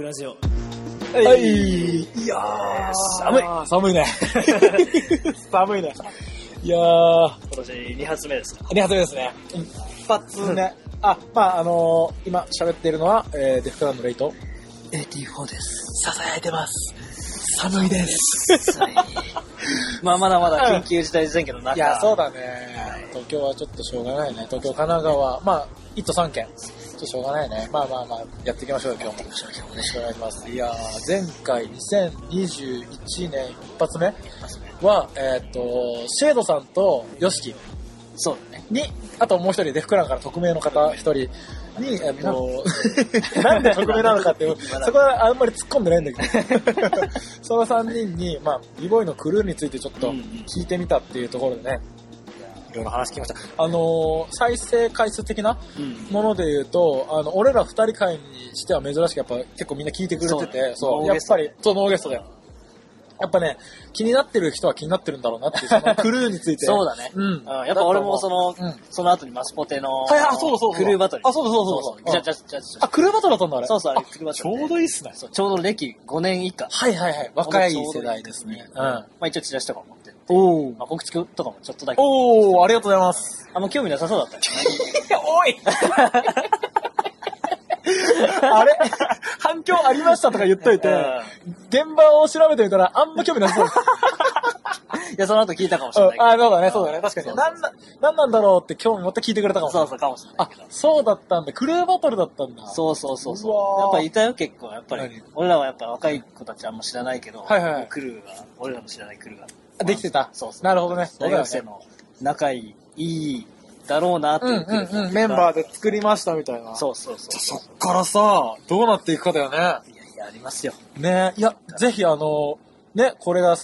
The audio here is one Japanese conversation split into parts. ラジオ。。はいい。いやー、寒い。寒 いね。寒いね。いやー、今年2発目 ですか。ありがたいですね。一発ね。。あ、まああのー、今喋っているのは、えー、デフクランのレイト。 AT4 です。囁いてます。寒いです。 まあまだまだ緊急事態宣言の中。いや、そうだね。東京はちょっとしょうがないね。東京、神奈川、まあ、一都三県。ちょっとしょうがないね。まあまあまあ、やっていきましょうよ、今日も。よろしくお願いします。いやー、前回2021年一発目は、えっ、と、シェードさんとヨシキそうだね。に、あともう一人、デフクランから匿名の方一人に、えっ、と、 なんで匿名なのかっていう、そこはあ んまり突っ込んでないんだけど、 その3人に、まあ、ビボイのクルーについてちょっとうんうん聞いてみたっていうところでね、いろいろ話聞きました。あのー再生回数的なうん。もので言うと、あの、俺ら二人会にしては珍しく、やっぱ結構みんな聞いてくれてて、そうそう、ノーやっゲストぱり、そう、ノーゲストで。やっぱね、気になってる人は気になってるんだろうなっていう、そ のクルーについて。そうだね。うん。やっぱ俺もそのうん、その後にマスポテの、はいあそうそうそうクルーバトル。あそうそうそうそうじゃじゃじゃじゃあ、クルーバトルだったんだ、あれ。そうそう、あれあクルーバちトルで。ょうどいいっすね。そうちょうど歴5年以下。はいはいはい。若い世代ですね。うん。まあ一応チラシとかも持ってる。おーまあ告知とかもちょっとだけ。おー、ありがとうございます。あんま興味なさそうだったよおい あれ 反響ありましたとか言っといて、現場を調べてみたらあんま興味なさ そうです。うんいや、その後聞いたかもしれないけうんど。あ、そうだね、そうだね。確かそうに。なんな、なんなんだろうって興味持って聞いてくれたかも。そうそう、かもしれないあけど、。そうだったんだ。クルーバトルだったんだ。そうそうそうそううわーやっぱいたよ、結構。やっぱり何。俺らはやっぱ若い子たちあんま知らないけど、はいはいはいクルーが、俺らの知らないクルーが。あできてた。そうそう。なるほどね。大学生そうの仲いい、いいだろうなってだいうよねクルーが。うんうんうん。メンバーで作りましたみたいな。そうそうそう。そっからさ、どうなっていくかだよね。いやいや、ありますよ。ねいや、ぜひあの、ね、これが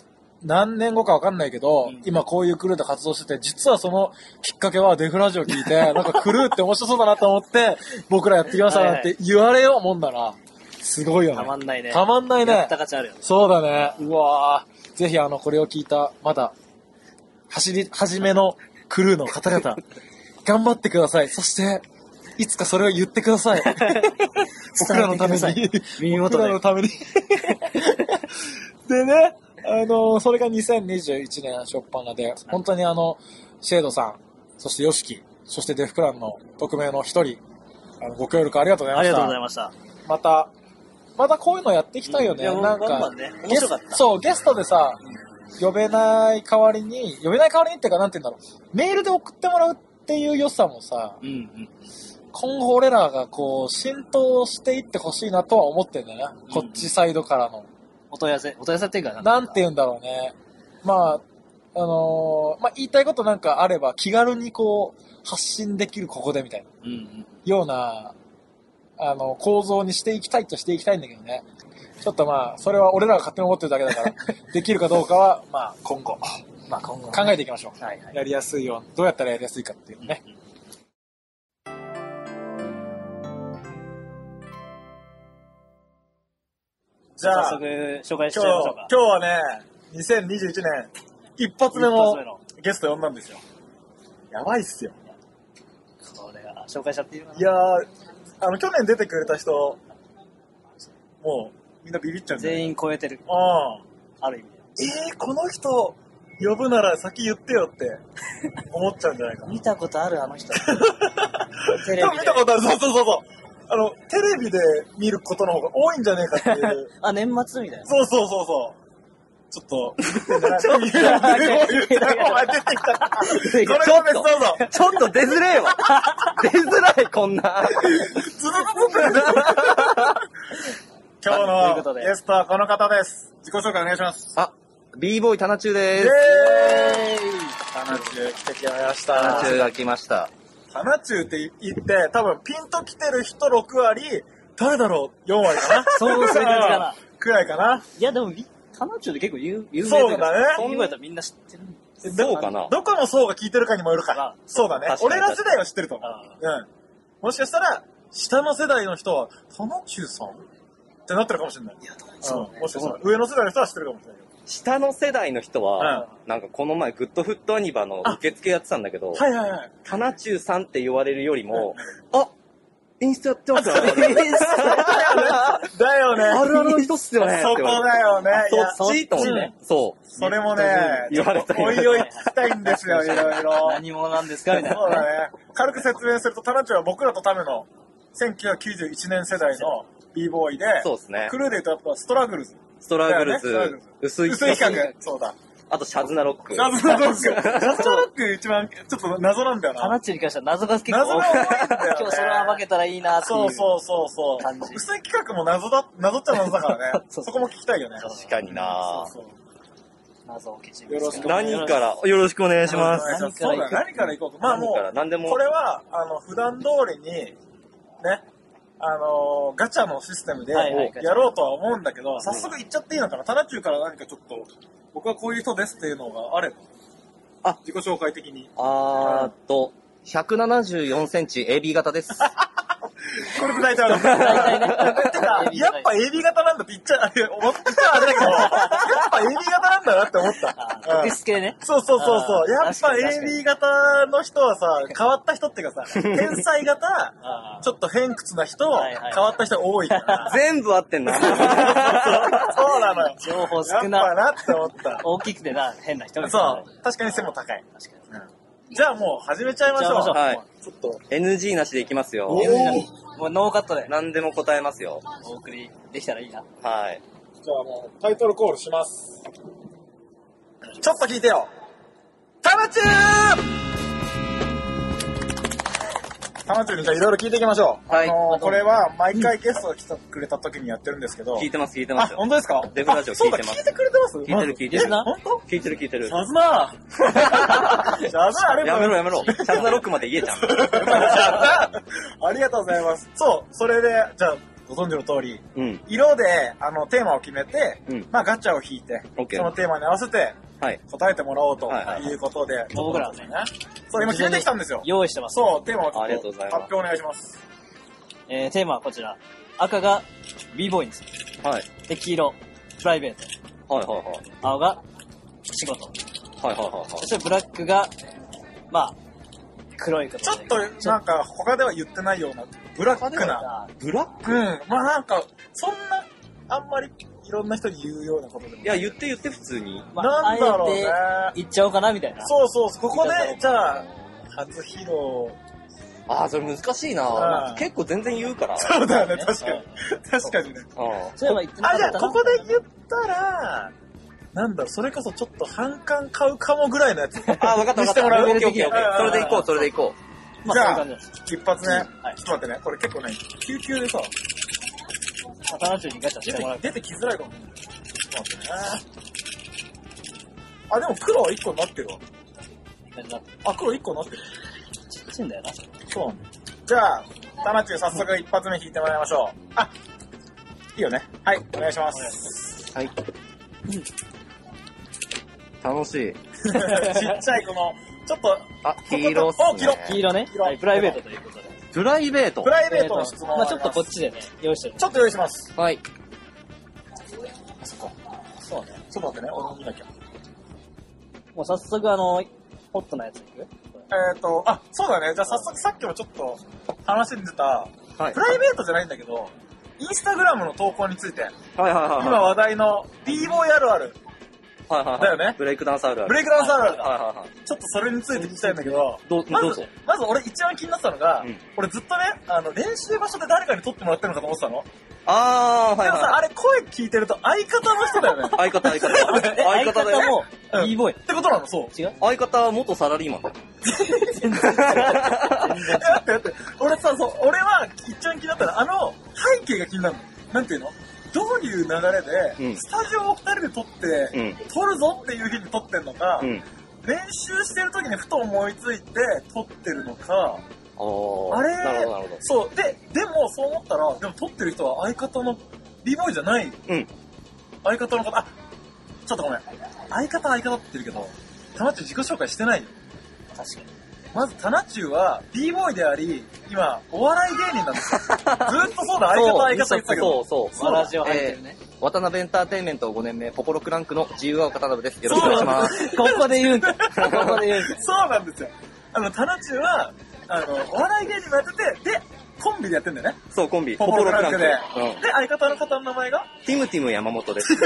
何年後かわかんないけど、うん今こういうクルーで活動してて、実はそのきっかけはデフラジオ聞いて、 なんかクルーって面白そうだなと思って、僕らやってきましたなんて言われようもんなら、すごいよね。たまんないね。たまんないやねった。価値あるよね。そうだね。うわーぜひあの、これを聞いた、まだ、走り、始めのクルーの 方々、頑張ってください。そして、いつかそれを言ってく ださい。僕らのため伝えてにくだ。さい耳僕元らで。のために。でね、あの、それが2021年初っ端で、本当にあの、シェードさん、そしてヨシキ、そしてデフクランの匿名の一人、あのご協力ありがとうございあまりしがた。とうございました。また、またこういうのやっていきたいよね。いやもうなんバンバかンね、面ゲ白スかっトたそう、ゲストでさ、呼べない代わりに、呼べない代わりにっていうか、なんて言うんだろう。メールで送ってもらうっていう良さもさ、うんうん。今後俺らがこう、浸透していってほしいなとは思ってんだよね。うんこっちサイドからの。お問い合わせ、お問い合わせっていうかなんて言うんだろうね。まあ、あのーまあ、言いたいことなんかあれば、気軽にこう、発信できるここでみたいな、うんうん。ような、あの、構造にしていきたいとしていきたいんだけどね。ちょっとまあ、それは俺らが勝手に思ってるだけ だから、できるかどうかは、まあ、今後、まあ今後ね。考えていきましょう。はいはい。やりやすいように、どうやったらやりやすいかっていうのね。じじゃあ、早速紹介しちゃい今日ましょうか、。今日はね、2021年、一発目一の発目のゲスト呼んだんですよ。やばいっすよ。これは紹介しちゃっていいのかないやー、あの、去年出てくれた人、もう、みんなビビっちゃうんじゃない全員超えてる。ああ。ある意味で。えー、この人、呼ぶなら先言ってよって、思っちゃうんじゃないかな。見たことあるあの 人。 テレ多ビで分見たことある。そうそうそうそう。あの、テレビで見ることの方が多いんじゃねえかって いう。あ、年末みたいな。そうそうそうそう。ちょっと、ちょっと、言ってないお前出てきた。これちょっが別だぞ。 と、ちょっと出づれえわ。出づらい、こんな。ズズズズズ 今はいという日ことのでゲストはこの方です。自己紹介お願いします。あ、b ボーイ棚中イェーです。イ花中来てきました。棚中が来ました。花中って言って、多分ピンと来てる人6割、誰だろう ?4 割かなそうそういう感じかな。くらいかな。いや、でも、田中で結構有有名そうだねそういうことはみんな知ってる。そうかなどこの層が聞いてるかにもよるあか。そうだね。確か俺にら世代は知ってると思うあ。うん。もしかしたら、下の世代の人は、花中さんってなってるかもしれない。いや、そう、んね。もしかしたらそう、上の世代の人は知ってるかもしれないけ下の世代の人は、なんかこの前、グッドフットアニバの受付やってたんだけど、ど。はいはい はい。棚中さんって言われるよりも、あインスタやってますよね。だよね。あるあるの一つではね。そこだよね。いや、 そっちと思ってね。そう。それもね、言われたおいおい聞きたいんですよ、いろいろ。 何者なんですかみたいそうな。だね。軽く説明すると、タランチュラは僕らとタメの1991年世代の b ボーイで、そうですねク。ルーで言うとやっぱストラグルズ。ストラグルストラグルズズ、薄い薄い企画。そうだ。あとシャズナロック。謎のロック。謎のロック一番ちょっと謎なんだよタナなッ。チュに関しては謎が結構謎多がくて多いんだよね。今日それは負けたらいいなっていう。そうそうそうそう感じ。薄い企画も謎だ、謎っちゃ謎だからね。そ そうこも聞きたいよね。確かになそうそう謎を消しよろしくお願いし何から、よろしくお願いしまお願いす。しますそうだ、何から行こうか。まあも何からう、何でもこれは、あの、普段通りに、ね、あのガチャのシステムではいはいやろうとは思うんだけど、早速行っちゃっていいのかなタナチューから何かちょっと、僕はこういう人ですっていうのがあれば。あ自己紹介的に。あーっと、174センチ AB 型です。これで大体ある。体ねてか、やっぱ AB 型なんだって言っちゃ、あれ、思っ言っちゃあれだけど、やっぱ AB 型なんだなって思った。あうーん特質系ね。そうそうそうそあう。ーやっぱ確かに確かに AB 型の人は さ、変わった人っていうかさ、天才型、あちょっと偏屈な人、変はいはいわった人多いから。全部合ってんな。そうなのよー。情報や少っなぱ。なって思った。大きくてな、変な人みたいそなう。確かに背も高い。確かに。じゃあもう始めちゃいましょう。じゃあはい。ちょっと。 NG なしでいきますよお。 NG なもうノーカットで何でも答えますよ。お送りできたらいいな。はい。じゃあもうタイトルコールします。ちょっと聞いてよ。タマチュータマチューにじゃあいろいろ聞いていきましょう。はいあのーこれは毎回ゲストが来てくれた時にやってるんですけど。聞いてます、聞いてあ、ますよ。本当ですかデブラジオあそうだ聞いてます聞いてくれてます聞いてる、聞いてリスる。ナー本当聞いてる、聞いてる。さすなじゃあな、あれやめろ、やめろ。シャズナロックまで言えちゃう。 ありがとうございます。そう、それで、じゃあ、ご存知の通り、うん。色で、あの、テーマを決めて、うんまあ、ガチャを引いて、 OK そのテーマに合わせて、はい。答えてもらおうとはいはいはいいうことで、僕らはね、そう、今決めてきたんですよ。用意してます。そう、テーマをあちょりがっととうござい発ます表お願いします。えー、テーマはこちら。赤が b ボーインです。はい。で、黄色、プライベーはい、はい、はい。ト。青が仕事。はい、はい、はいはそい。してブラックが、まあ、黒いことでちょっと、なんか、他では言ってないような、ブラックな。あブラッうん、まあなんか、そんな、あんまり、いろんな人に言うようなことでもいや、言って言って普通に。まあ、なんだろうね。あえて、行っちゃおうかな、みたいな。そうそうそう、ここいいで、んじゃあ、初披露。ああ、それ難しいうんな結構全然言うから。そうだよね、そう確だかよに。確かにね。 うんそういえば行ってなかあ、っじたゃなあ、ここで言ったら、なんだろう、それこそちょっと反感買うかもぐらいのやつ。あ、わかったわかにっしてた。もらうオッケーオッケーオッケうんうんうー。んそれでいこう、それでいこう。まじゃああ、そういう感じなんです。一発ね。はいちょっと待ってね、これ結構ね、救急でさ、刀中にガチャし出ててもらう。出てきづらいかも。ちょっと待ってね。あ、でも黒は1個になってるわ。感じになってあ、黒1個になってる。ちっちゃいんだよな。そうなんだじゃあ、タナチュー早速一発目引いてもらいましょう。あ、いいよね。はい、お願いします。はい。楽しい。ちっ ちゃいこの、ちょっと、あ、黄色っすお黄色ね。黄色ね。色はい、プライベートということで。プライベートプ。ライベートの質問まあちょっとこっちで。でね、用意してる。ちょっと用意します。はい。あ、そっか。そうね。ちょっと待ってね、俺も見なきゃ。もう早速、あの、ホットなやついくえっ、と、あ、そうだね。じゃあ早速さっきもちょっと話してた、はいプ。ライベートじゃないんだけど、インスタグラムの投稿について、はいはいはいはい。今話題の b ボーイあるある、はいはいはい。だよねブレイクダンスあるある。ブレイクダンスあるあるはいはいはい。ちょっとそれについて聞きたいんだけど、どうまどうずぞ、まず俺一番気になってたのが、うん俺ずっとね、あの、練習場所で誰かに撮ってもらってるのかと思ってたの。あー、はでいもさ、はあれ声聞いてると相方の人だ よね。い。相方、相 方。え相方だよ。もう、ん b ボーイ。ってことなの、そう。違う相方は元サラリーマンだよ。え 待って待って、俺さ、そう、俺は一番気になったのは、あの、背景が気になるの。なんていうのどういう流れで、うんスタジオを二人で撮って、うん。撮るぞっていう日に撮ってんのか、うん。練習してる時にふと思いついて撮ってるのか、あー。あれなるほどなるほど。そう、で、でもそう思ったら、でも撮ってる人は相方の、b ボーイじゃない、うん相方の方、あ、ちょっとごめん。相方相方って言ってるけど、タナチュー自己紹介してないよ。確かに。まずタナチューは b ボーイであり、今、お笑い芸人なんです よ。ずっとそうだ、相方相方言ってたけど。そう、そう、そまう。あラジオ入ってるね。渡辺エンターテインメント5年目、ポポロクランクの自由が丘田辺です。よろしくお願い します。ここで言うんだ。ここで言うんだ。そうなんですよ。あの、タナチューは、あの、お笑い芸人もやってて、で、コンビでやってんだよね。そう、コンビ。ポポポポロロククランランククでで。うんで、相方の方の名前がティムティム山本です。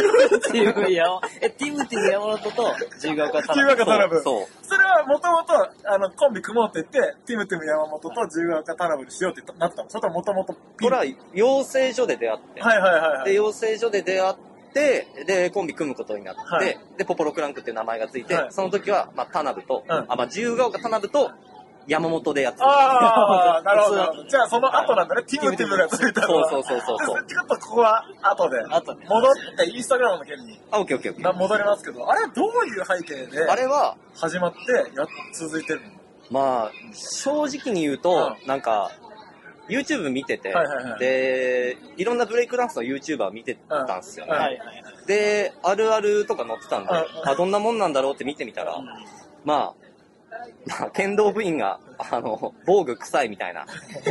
ティムや、え、ティムティム山本と、自由が丘田自由が丘田辺そう。それはもともと、あの、コンビ組もうって言って、ティムティム山本と自由が丘タラブにしようってなったの。それとももともとこれは養成所で出会って、はいはいはいはでい。養成所で出会って、で、コンビ組むことになって、はいで、ポポロクランクっていう名前がついて、はいその時は、まあ、田辺と、うんあ、まあ、自由が丘田辺と山本でやってたああ、なるほどなるほど。じゃあその後なんだね、ティムティムがついたのそうは。そうそうそうそうで。ちょっとここは後で。あと、戻って、インスタグラムの件にあ、オッケーオッケーオッケな戻りますけど、あれはどういう背景でー。あれは、始まってやっ続いてるのまあ、正直に言うと、なんか、YouTube 見てて、はいはいはいで、いろんなブレイクダンスの YouTuber 見てたんですよね。うんはいはいはい。で、あるあるとか載ってたんで、うんあ、どんなもんなんだろうって見てみたら、まあ、まあ、剣道部員が、あの、防具臭いみたいな、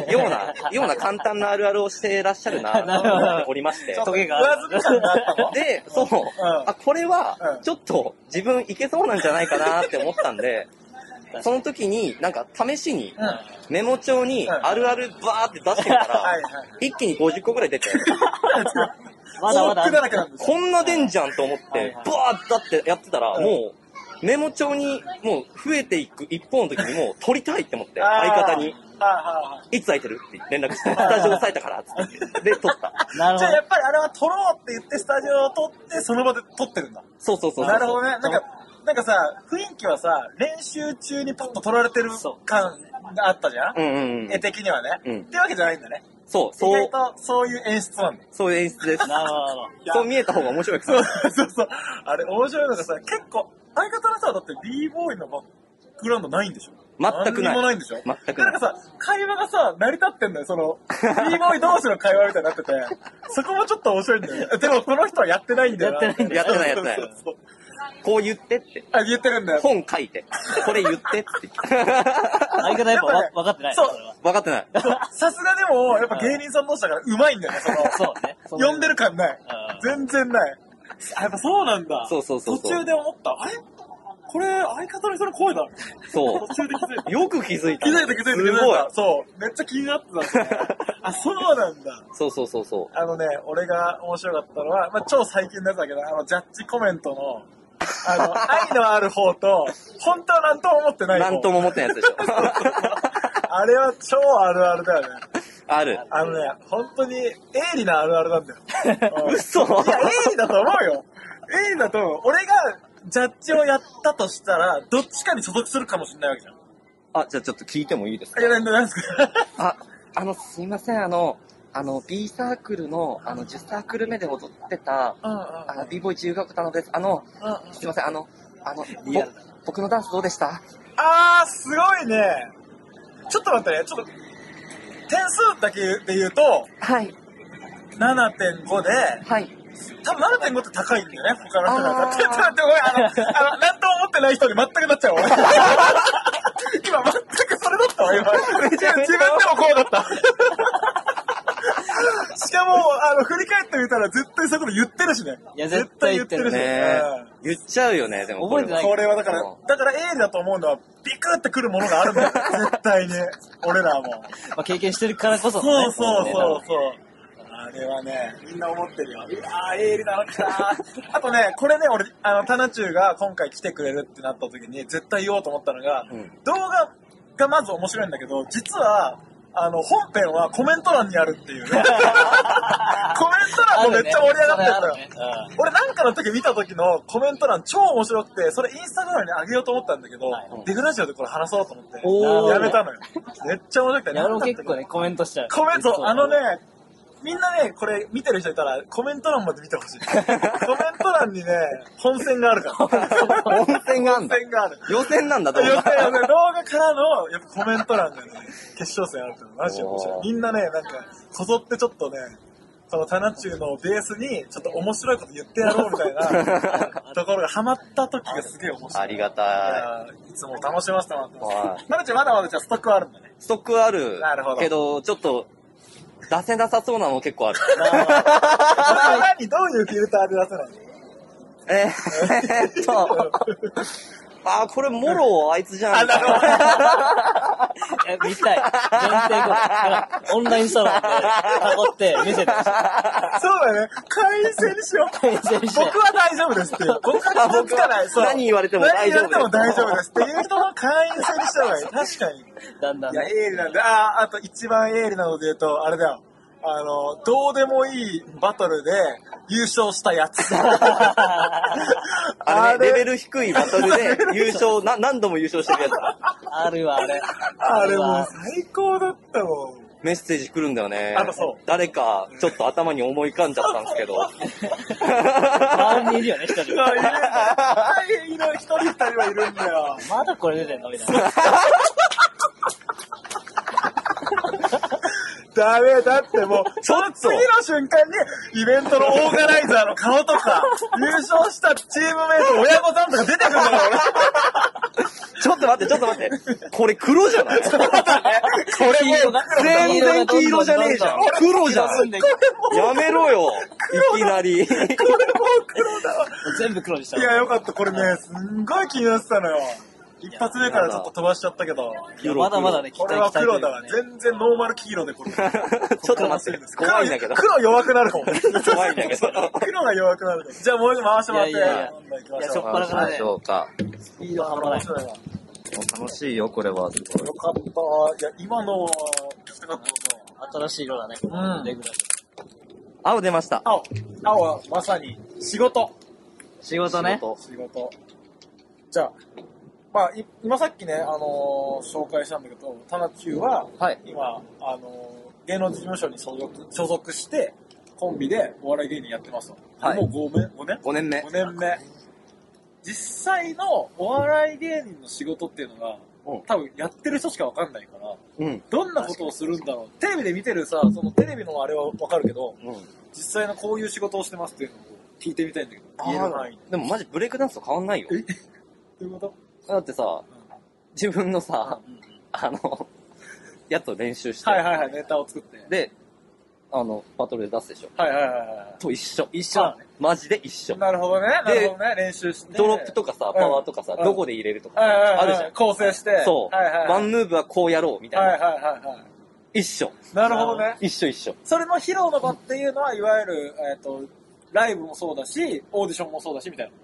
ような、ような簡単なあるあるをしてらっしゃ るな、なとるほど思っておりましてちょ。っとトゲが上積み感があったので、そう、あ、これはうん、ちょっと自分いけそうなんじゃないかなって思ったんでか、にその時に、なんか試しに、うん。はいメモ帳にうんあるあるバーって出してみたはらい、はい。一気に50個ぐらい出て、まだま往復だ、だらけなんですよ。こんな出んじゃんと思っはいてはい、バーってやってたら、うんもう、メモ帳に、もう増えていく一方の時にもう取りたいって思って、あー相方に、。はいはいはい。いつ空いてるって連絡 して、スタジオ押さえたから、つって。で、取った。なるじゃほあやっぱりあれは撮ろうって言ってスタジオを撮ってその場で撮ってるんだ。そうそうそうそう。なるほどね。なんか、なんかさ、雰囲気はさ、練習中にパッと撮られてるそう感があったじゃん、うんうんう絵ん。的にはね、うんってわけじゃないんだね。そう、意そう外、とそういう演出なんだ。そういう演出でど。。すなるほどなるほど。そう見えた方が面白いかそうら。 そうそう。あれ面白いのがさ、結構、相方のさ、だって b ボーイのバックグラウンドないんでしょ全何にくもない。ないんでしょ全くでなんなかい。さ、会話がさ、成り立ってんだよ、その、b ボーイ同士の会話みたいにな ってて、そこもちょっと面白いんだよ ね。でも、この人はやってないんだよ。やってないんだよやってないそうやってないそうそうこう言ってって。あ、言ってるんだよ。本書いて。これ言ってって。 相方やっぱわ分かってない。そうそれは分かってない。そうさすがでも、やっぱ芸人さん同士だから上手いんだよね、 その。そうね。呼んでる感ない。全然ない。あ、やっぱそうなんだ。そうそうそうそう途中で思った。あれこれ、相方の人の声だ。そ途中で気づいた。う。よく気づいた。気づいた気づいた気づいすごいた。そう。めっちゃ気になって たんだよね。あ、そうなんだ。そうそうそうそう。あのね、俺が面白かったのは、まあ、超最近のやつだけど、あの、ジャッジコメントの、あ の、愛のある方と、本当はなんとも思ってない方。なんとも思ってないやつでし ょ。あれは超あるあるだよね。ある。あのね、本当に、鋭利なあるあるなんだよ。うん嘘いや、鋭利だと思うよ。鋭利だと思う。俺が、ジャッジをやったとしたら、どっちかに所属するかもしれないわけじゃん。あ、じゃあちょっと聞いてもいいですかいや、なんで、なんですかあ、あの、すいません、あの、あの、B サークルの、あの、10サークル目で踊ってた、うんうんあ、B ボーイ中学たのです。あの、うんうん。すいません、あの、あの、リアルだぼ僕のダンスどうでしたあー、すごいね。ちょっと待ってね、ちょっと、点数だけで言うと、はい、 7.5で、はい。多分7.5って高いんだよね、他の人が。あーちょっと待って、ごめん、あの、あの、なんとも思ってない人に全くなっちゃうわ、 俺今、全くそれだったわ、今。めちゃめちゃ自分でもこうだった。しかも、あの、振り返ってみたら絶対そういうこと言ってるしね。いや絶対言ってる絶対ね言ってるし。うん言っちゃうよね、でもこれ覚えは。てないこれはだからうん、だから A だと思うのは、ビクってくるものがあるん だよ。絶対に。俺らも。まあ、経験してるからこそのそね。うそうそうそう。あれはね、みんな思ってるよ。うわー、エールだな、来たー。あとね、これね、俺、あの、タナチューが今回来てくれるってなった時に、絶対言おうと思ったのが、うん動画がまず面白いんだけど、実は、あの、本編はコメント欄にあるって いうね。コメント欄もめっちゃ盛り上がってるんだよ。たよ。俺なんかの時見た時のコメント欄超面白くて、それインスタグラムに上げようと思ったんだけど、はいデフラジオでこれ話そうと思って、おーやめたのよ。めっちゃ面白くて、やろなうんだったっけ結構ね、コメントしちゃう。コメンいつト、もあのね、、みんなね、これ見てる人いたらコメント欄まで見てほ しい。コメント欄にね、本戦があるから。温泉があん本だ。戦がある。予選なんだ、予ど選う予も。選動画からのやっぱコメント欄がね、決勝戦あるから、マジで面白おーい。みんなね、なんか、こぞってちょっとね、そのタナチューのベースに、ちょっと面白いこと言ってやろうみたいなところがハマった時がすげえ面白い。ありがいたやーいつも楽しませてもらってまはす。タナチューまだまだじゃあストックはあるんだね い。。ストックある。なるほどけど、ちょっと、出せなさそうなの結構ある。それは何どういうフィルターで出せないの えーえーっと、あー、これ、もろ、あいつじゃん。あなるほどえ見たい。限定号だからオンラインサロンで、囲って見せてほしい。そうだね。会員制にしよう。会員制にしよう僕は大丈夫ですっていう。僕は傷つかない。そう何言われても大丈夫何言われですても大丈夫ですっていう人の会員制にした方 がいい。確かに。だんだんいや、。鋭利なんで、ああ、あと一番鋭利なので言うと、あれだよ。あの、どうでもいいバトルで優勝したや つ。あれね、レベル。ル低いバトル で優勝、な何度も優勝してるやつ。あるわ、あれ。あれもうは。最高だったもん。メッセージ来るんだよね。あそう誰か、ちょっと頭に思い浮かんじゃったんですけど。 周りにいるよね、一人。いる。いる。一人二人はいるんだよ。まだこれ出てんのみたいな。ダメだってもう、その次の瞬間に、イベントのオーガナイザーの顔とか、優勝したチームメイト、親御さんとか出てくるんだから、ちょっと待って、ちょっと待って。これ黒じゃないこれも全然黄色じゃねえじゃん。黒じゃん。やめろよ。いきなり。俺。これもう黒だわ。全部黒にしたいや、よかった。これね、すんごい気になってたのよ。一発目からちょっと飛ばしちゃったけど。いやまだまだね、期こ待期れは待という黒かだわ。ね全然ノーマル黄色でこれ。 ちょっと待って。怖いんだけど。黒弱くなるかも。怖いんだけど。黒が弱くなるかも。じゃあもう一度回してもらって。いやいやいやどんどん行きましいやちょょっぱらからねょうか。スピード半端ない。う。楽しいよ、これは。すごいよかった。いや、今のは聞きたかったこと新しい色だね、これうんレグラル青出ました。青。青はまさに仕事。仕事ね仕。事仕事。じゃあ、まあ、い今さっきね、あのー紹介したんだけど、タナチューは、はい。今、あのー芸能事務所に所属所属して、コンビでお笑い芸人やってますとはいもう5年 ?5 年5年目 ?5。年目。実際のお笑い芸人の仕事っていうのが、うん多分やってる人しかわかんないから、うん。どんなことをするんだろう。テレビで見てるさ、そのテレビのあれはわかるけど、うん実際のこういう仕事をしてますっていうのを聞いてみたいんだけど、言える範囲で。でもマジブレイクダンスと変わんないよ。ということだってさ、自分のさ、あの、 やつを練習して、はいはいはい、ネタを作って。で、あの、バトルで出すでしょ。はいはいはいはと一緒。一緒だねマジで一緒い。。なるほどね、なるほどね、練習して。ドロップとかさ、うんパワーとかさ、うんどこで入れるとかはいはいはいあるじゃん。構成して。そう、はいはいはい。ワンムーブはこうやろうみたいはいな。はいはいはい。一緒。なるほどね。一緒一緒。それの披露の場っていうのは、いわゆる、えっ、と、ライブもそうだし、オーディションもそうだし、みたいなこ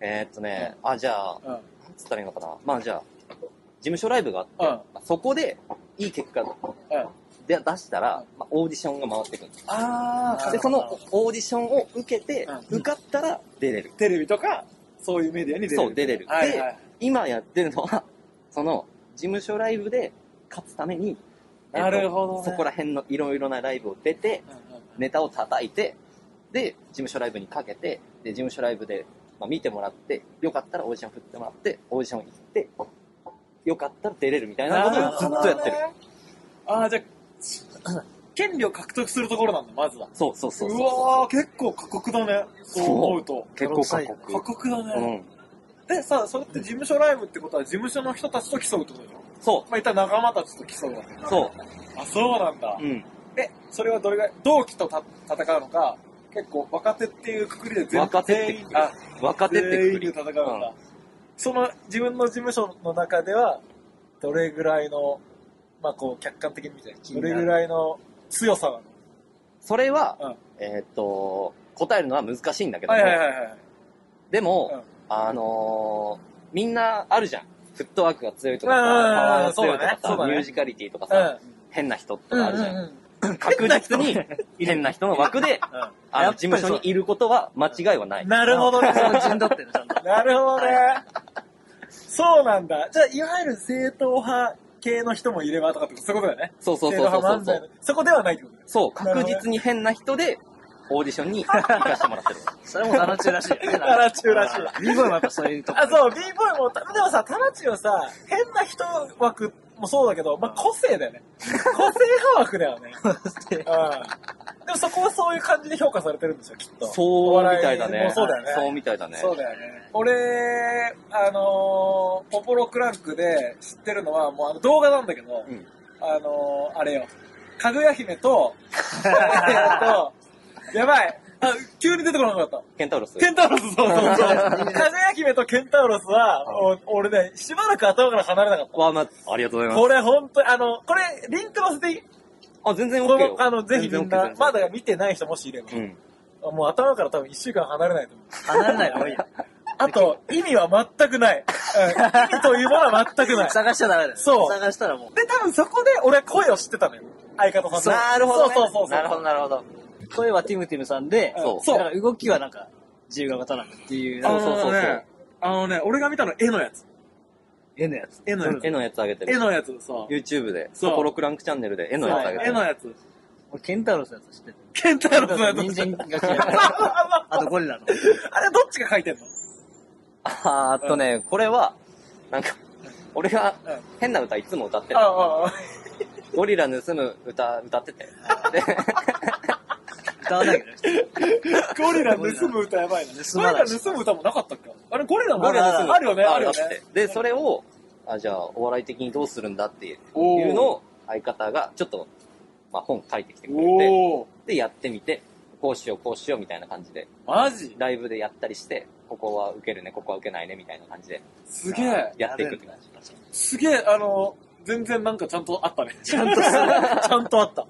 えー、っとね、あ、じゃあ、とうん。なんつったらいいのかな。まあじゃあ、事務所ライブがあって、うん。まあそこで、いい結果うん。で出したら、まあ、オーディションが回ってくる。あで、そのオーディションを受けて、うん受かったら出れる。テレビとか、そういうメディアに出れる。そう出れるはいはい。今やってるのは、 その、事務所ライブで勝つために、えっとなるほど、ね。そこら辺のいろいろなライブを出て、うんうんネタを叩いて、で、事務所ライブにかけて、で、事務所ライブで、まあ、見てもらって、よかったらオーディション振ってもらって、オーディション行って、よかったら出れるみたいなことをずっとやってる。なほどね。ああ、じゃあ、権利を獲得するところなんだ、まずは。そうそうそううそう。わー、結構過酷だね。そう思うと。結構過酷過。酷だうね。ん。で、さ、それって事務所ライブってことは事務所の人たちと競うってことでしょそまあ、いった仲間たちと競うわけう、そあ、そうなんだう。。うん。え、それはどれが、同期とた戦うのか、結構若手っていうくくりで全若手って全員、あ、若手って全く員でり。戦うんだ、その自分の事務所の中ではどれぐらいのまあこう客観的に見てどれぐらいの強さなのそれは、うんえーっと、答えるのは難しいんだけども、はいはいはいはいでも、うんあのーみんなあるじゃん。フットワークが強いとかさ、うんパうんうんワーが強いとかそうださ、ねそうだねミュージカリティとかうさ、ん変な人とかあるじうゃん。んうんうん確実 に変な人の枠で、あやっぱりの事務所にいることは間違いはない。なるほどねそう陣取ってる、ちゃんと。 なるほどねそうなんだじゃあいわゆる正統派系の人もいればとかってことそういうことだよねそうそう正そう統そう派そ漫うそ才のう。そこではないってことだよそう、確実に変な人で、オーディションに行かせても らってる。それもタナチューらしいよね。タナチューらしいあー。リボンもやっぱそういうとこ。あ、そう、b ボーイも、たでもさ、タナチはさ、変な人枠もそうだけど、まあ、個性だよね。個性派枠だよ ね。うん。でもそこはそういう感じで評価されてるんですよ、きっと。そうみたいだお笑いねも。そうだよね。そうみたいだね。そうだよね。俺、あのーポポロクランクで知ってるのは、もうあの動画なんだけど、うんあのーあれよ、かぐや姫と、えーっと、やばい、あ、急に出てこなかった。ケンタウロ ス。ケンタウロス、そうそうそう。かぐや姫とケンタウロスは、お俺ね、しばらく頭から離れなかっわあ、まあ、ありがとうございた。ますこれ本当に、あの、これ、リンク載せていいあ、全然 OK これよ。も、あの、ぜひみんな全然 OK、まだ見てない人もしいればう、ん。もう頭から多分一週間離れないと思う。離れない方がいいよ。あと、意味は全く ない。うん意味というものは全く ない。探しちゃダメだよ。そう探したらもで、多分そこで俺は声を知ってたのよ。相方う。さなんの。るほど、ね。そうそうそうそう。なるほど、なるほど。声はティムティムさんで、そうそうだから動きはなんか、自由が型なんだっていう、あそのうそうそうそうね、あのね、俺が見たの絵のやつ。絵のやつ。絵のやつ。絵のやつあげて絵る。のやつ、そう。 YouTube で、そうココロクランクチャンネルで絵のやつあげて絵る。のやつ。俺、ケンタウロスのやつ知ってる。ケンタロスのやつ。人参が嫌い。ああとゴリラの。れ、どっちが書いてんのあーっとね、これは、なんか、俺がうん変な歌いつも歌ってる。ああ、ゴリラ盗む歌、歌っ てて。で、歌わないけどね。ゴリラ盗む歌やばいな。盗ゴまリないラ盗む歌もなかったっけあれ、ゴリラのゴリラ盗むあるよね、あるよあっねて。。で、それを、あ、じゃあ、お笑い的にどうするんだっていうおーのを、相方が、ちょっと、まあ、本書いてきてくれて、おおで、やってみて、こうしよう、こうしよう、みたいな感じで、マジライブでやったりして、ここは受けるね、ここは受けないね、みたいな感じで、すげえ。やっていくって感じ。すげえ、あの、全然なんかちゃんとあったね。ちゃんとする ちゃんとあった。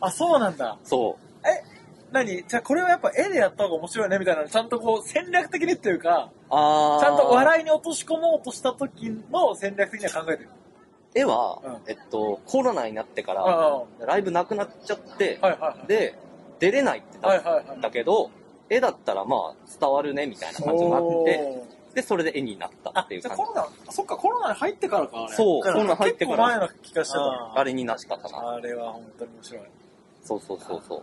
あ、そうなんだ。そ何じゃあこれはやっぱ絵でやった方が面白いねみたいなのちゃんとこう戦略的にっていうか、う。あーちゃんと笑いに落とし込もうとした時の戦略的には考えてる。絵は、うんえっと、コロナになってかあら、あ、はライブなくなっちゃってい、はいはい。で、出れないってなはいっはいはい。たけど、絵だったらまあ伝わるねみたいな感じになって、おーで、それで絵になったあっ、ていうじゃあ感コロナ、そっかコロナに入ってからか、あじ。れ。そう、だからコロナ入ってか結構前ら、の気がしてた。あれになしかったな。あれは本当に面白い。そうそうそうそう。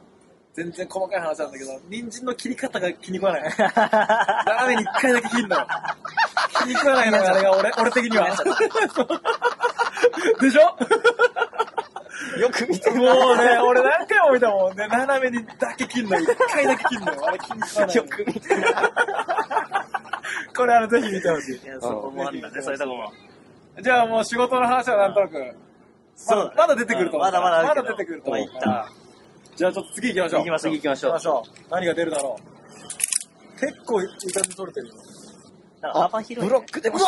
全然細かい話なんだけど、人参の切り方が気に食わない。斜めに一回だけ切ん の。気に食わないのがあれが俺、俺的には。 でしょよく見てもうね、俺何回も見たもんね。斜めにだけ切んの。一回だけ切んの。あれ気に食わない。よく見てこれあの、ぜひ見てほしいい。や、そこもあんだね、そういうとこも。じゃあもう仕事の話はなんとなく。まだまだ出てくると思うまだまだあるけどまだ出てくると思うまあいった。じゃあちょっと次行きましょう。行きましょう次行きましょ行きうま。しょう。何が出るだろう。結構いい感じ取れてるよ。なんか幅広い、ね。クでうわ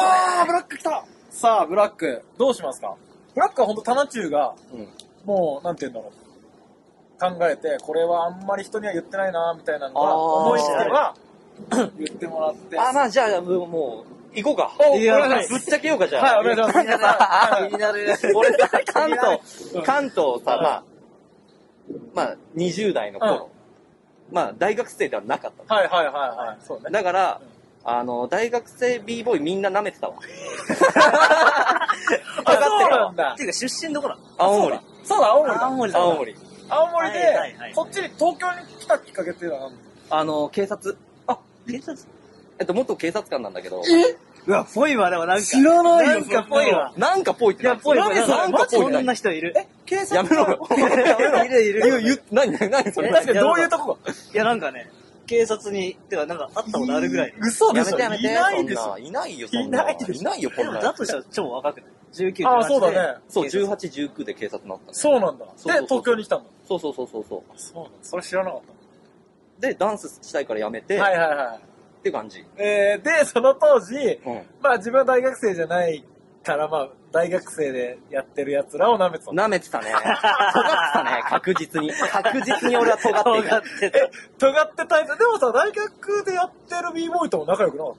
ー、ブラック来たさあ、ブラック、どうしますかブラックは本当タナチューが、うんもう、なんて言うんだろう。考えて、これはあんまり人には言ってないな、みたいなのあーが、思いつけば、 言ってもらって。あ、まあじゃあ、もう、もう行こうか。おいやお願いしぶまっすちゃけようか、じゃあ。はい、お願いします。気になるは気になる。 俺さ、関うん東、関東さ、まあ、まあ、20代の頃、まあ、大学生ではなかったのい、はい、はい、はい。そうね。だから、あの、大学生 b ボーイみんな舐めて たわ。あ、そうなんだって。いうか、出身どこなの青森。そうだ、青森だ。青森だ青森。青森で、はいはいはいこっちに東京に来たきっかけっていうのは何あの、警察。あ、警察えっと、元警察官なんだけど、うわ、ぽいわ、でもなんか。知らないよなんかぽいわ。なんかぽいっいてなや、ぽいわ。何それなんかぽいわマジそんな人いる。え、警察やめろよ。やめろいるいる言う言う何、何、何それ。え確かにどういうとこがいや、なんかね、警察に、てか、なんか、会ったことあるぐらい。嘘でやしめょてやめて。いないですそんな。いないよ、そんな。いないですいないよ、こでんも、なだん。としたら超若くない ?19 あそうだねそう、18、19で警察になったの。そうなんだ。で、そうそうそう東京に来たんだ。そうそうそうそうそそうなんだ。それ知らなかっう。で、ダンスしたいからやめて、た。はいはいはい。って感じ。えー、で、その当時、うん。まあ自分は大学生じゃないから、まあ大学生でやってる奴らを舐めてた。舐めてたね。尖って たね、確実に。確実に俺は尖っていた。ってた。尖ってたやつでもさ、大学でやってる b ボーイとも仲良くなかっ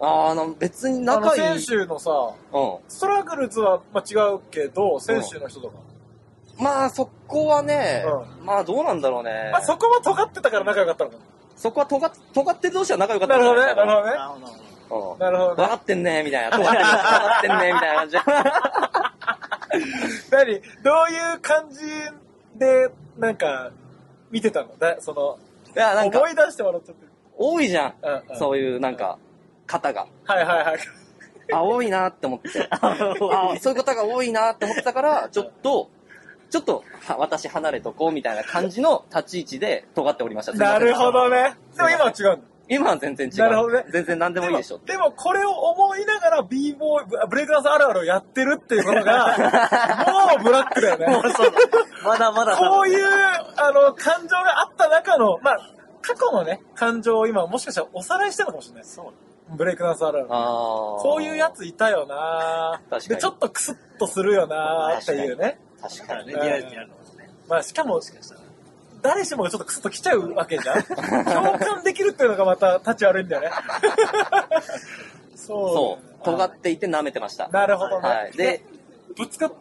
あーあの、別にた。仲いい。あの、選手のさ、うストラグルズは、まあ、違うけど、選手の人とか。ん。まあ、そこはね、まあ、どうなんだろうね。まあそこは尖ってたから仲良かったのかそこは尖っ尖ってる同士は仲良かっな。たなるほどじね、ゃなるいほどなるね。ほど。うんなるほどね分。かってんね みたいな。尖ってんね尖ってんねみたいな感じ。 何どういう感じで、なんか、見てたのだその、いや、なん思か、い出してもらっちゃってる。多いじゃん。うんうんそういう、なんか、方 が。はいはい はい。あ、多いなって思って。あそういう方が多いなって思ってたから、ちょっと、ちょっと、は私離れとこうみたいな感じの立ち位置で尖っておりました。すいませなんるほ。どね。でも今は違うんだ。今は全然違う。なるほどね全然何でもいいでしょ。でもこれを思いながら b ボーイ、ブブレイクダンスあるあるをやってるっていうことが、もうブラックだよね。そうだ。まだまだ。こういう、あの、感情があった中の、まあ、過去のね、感情を今もしかしたらおさらいしてるのかもしれない。そう。ブレイクダンスあるある。ああ。そういうやついたよな確かで、にちょっとクスッとするよなっていうね。確かからに。ね、リアリティあるのもね。まあ、しかも、誰しもがちょっとクスッと来ちゃうわけじゃん。共感できるっていうのがまた、立ち悪いんだよね。そ。そうう。尖っていて舐めてました。なるほどね。はい。で、ぶつかっ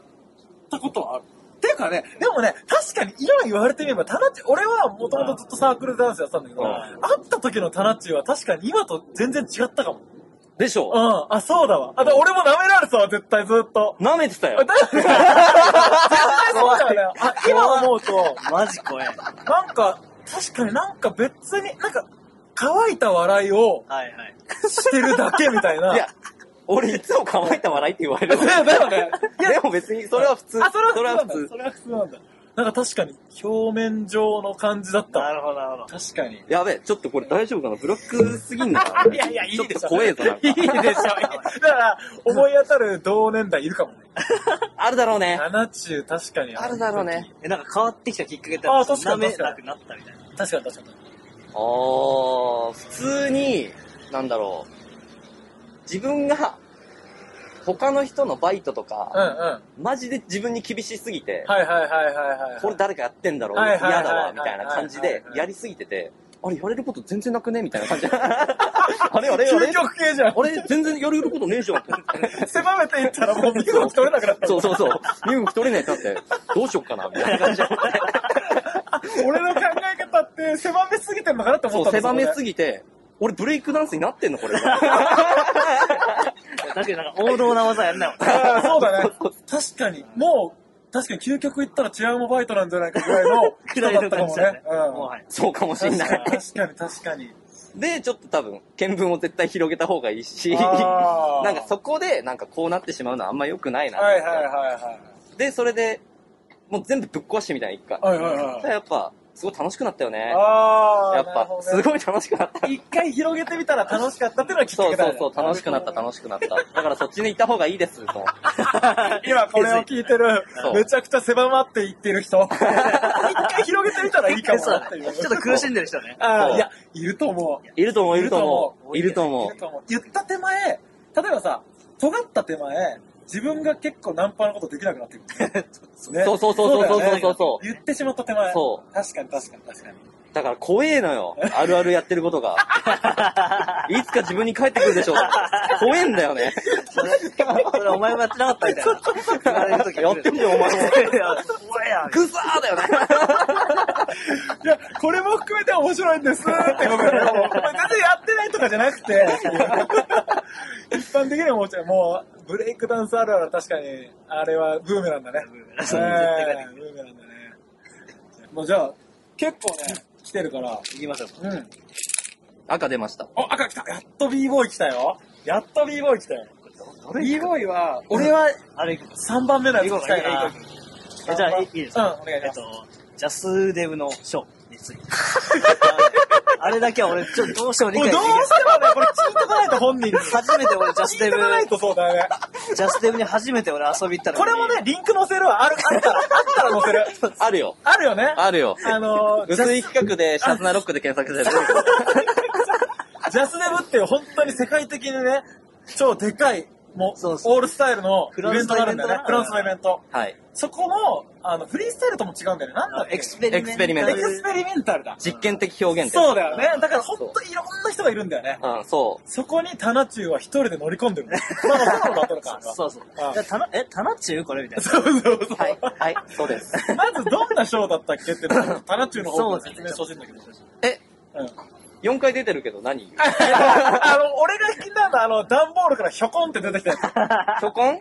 たことはあるっていうかね、でもね、確かに今言われてみれば、タナッチ、俺はもともとずっとサークルダンスやってたんだけど、うん会った時のタナッチは確かに今と全然違ったかも。でしうょん、あ、そうだわ。あ、だから俺も舐められてたわ、絶対ずっと。舐めてたあよ。だよね絶対 そうだよね。あ、今思うと、マジ怖え。なんか、確かになんか別に、なんか、乾いた笑いをはいはい。してるだけみたいな。いや、俺いつも乾いた笑いって言われる。だよだよね。いやでも別にそれは普通。あ、それは普通なんだ。普通それは普通なんだ。なんか確かに、表面上の感じだったわ。なるほど、なるほど。確かに。やべえ、ちょっとこれ大丈夫かなブロックすぎん のかないやいや、いいでしょ。ちょっと怖えぞなんか いいでしょ。だから、思い当たる同年代いるかもね。あるだろうね。 7中確かにあるだろうね。え、なんか変わってきたきっかけってあ確かに舐め確かなにくなったみたいな。確かに確かに。あー、普通に、なんだろう。自分が、他の人のバイトとうんか、うん。はマジで自分に厳しすぎてい、はいはいはいはい。これ誰かやってんだろう、はいはい嫌はいだわ、みたいな感じはいはでいは、いやりすぎてて、あれ、やれること全然なくねみたい な感じ。あれ、あれ、あれ究、極系じゃん。あれ、全然やれることねえじゃん。狭めていったらもう身動き取れなくなった。そうそうそう。身動き取れないってなって、どうしよっかな、みたいな 感じで。俺の考え方って狭めすぎてんのかなって思そっう、たんだ狭めすぎぎて、俺ブレイクダンスになってん のこれ。確かになんか王道な技やんなよ。 そうだね。確かに。もう、確かに究極いったらチアもバイトなんじゃないかぐらい のく人らだいのったか感もじねだね。。もはうや。そうかもしんん。な確かに い。確かに確かに。で、ちょっと多分、見聞を絶対広げた方がいいし、 なあーんかそこで、なんかこうなってしまうのはあんま良くないな。はいはいはいはい。で、それで、もう全部ぶっ壊してみたいな、一回。はいはいはいそしたらやっぱ、すごい楽しくなったよね。ああ、やっなるぱ、ほどすねごい楽しく なった。一回広げてみたら楽しかったっていうのはきっかそけうだよそうねそう、楽しくなった、楽しくなった。だからそっちに行った方がいいです、と思って。今これを聞いてるそう、めちゃくちゃ狭まっていってる 人。一回広げてみたらいいかもなっていう。ちょっと苦しんでる人 ね。あそーういや、いると思う。いると思う、いると思う。いいるるとと思いると思う。言った手前、例えばさ、尖った手前、自分が結構ナンパのことできなくなって くる。う。ねそうそうそうそうだよそうねそうそう。言ってしまった手前。。そう確かに確かに確かに。だから怖えのよ。あるあるやってるこ とが。いつか自分に帰ってくるでしょう。怖えんだよね。それ、それお前もやってなかったみたいな。言われる時やってみてお前 もいや怖いやん。くさーだよね。いや、これも含めて面白いんですってことだよ。もう全然やってないとかじゃなく て、一般的にはもちろん、もう、ブレイクダンスあるあるは確かに、あれはブーメランだね。ブーメえランそう絶対帰ってーブーメランだね。もうじゃあ、結構ね、来てるから、いきましょう。うん。赤出ました。お、赤来たやっと b ボーイ来たよやっと b ボーイ来たよ b ボーイは、俺はあれ行くか。 3番目のや行こうつか来た行いな。こうかじゃあ、いいですうん、か。お願えいしまっす。と、ジャスデブのショーについて。あれだけは俺、ちょっとどうしても理もう解でどきうなしてもね、これ聞いとかないと本人に。い。初めて俺、ジャス聞デいとブ、かないとそうだね。ジャスデブに初めて俺遊び行ったのにこれもね、、リンク載せるわ。ある、あったら、あったら載せる。あるよ。あるよね。ああるよ。のー、ジャ薄スい企画でシャズナロックで検索してる。ジャスデブっていう本当に世界的にね、超でかい、もう、そうそうオールスタイルのイフランベスントがあるんだよね。のイベントなフランスのイベント。はい。そこの、あの、フリースタイルとも違うんだよね。なんだっけエクスペリメンタル。エクスペリメンタ エルクスペリメンタルだ。実験的表現で。そうだよね。だから本当にいろんな人がいるんだよね。うん、そそこにタナチュウは一人で乗り込んで るの。まあまあ、そうだったのか。そうそうあ。じゃあたな、え、たなっちゅうこれみたいな。そうそうそうう。はい。はい。そうです。まずどんなショーだったっけっていうのをタナチュウの方から説明してほしいんだけど。え、うん。 4回出てるけど 何言 うあの、俺が好きなのは、あの、段ボールからひょこんって出てきたやつ。うん。巨根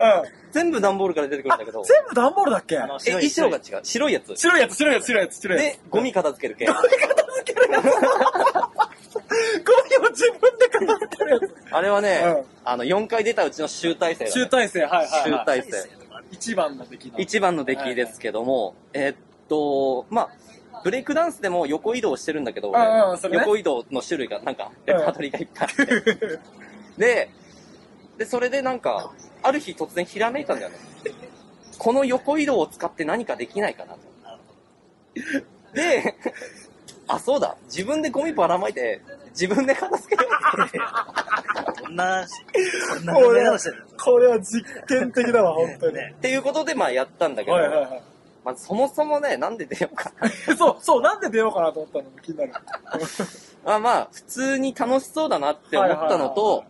全部段ボールから出てくるんだけど。全部段ボールだっけあのえ、衣装が。違う。白いやつ。白いやつ、白いやつ、白いやつ、白いやつ。で、ゴミ片付ける系。ゴミを自分で片付けるあれはねうん、あの、4回出たうちの集大成や だつ。ね。集大成、はいはい、集は大白い成。やつい。一番の出来の。一番の出来ですけども、えーっと、まあ、ブレイクダンスでも横移動してるんだけど、俺うんうんそれね横移動の種類がなんか、レパートリーがいっぱい あって。で、で、それでなんか、ある日突然ひらめいたんだよね。この横移動を使って何かできないかなと。で、あ、そうだ。自分でゴミばらまいて、自分で片付けようって。そんな、そんな考え方してる。これは実験的だわ、本 当に。ねっていうことで、まあやったんだけど、はいはいはい。まあそもそもね、なんで出ようかな。そう、そう、なんで出ようかなと思ったのも気になる。まあまあ、普通に楽しそうだなって思ったのはいはいと、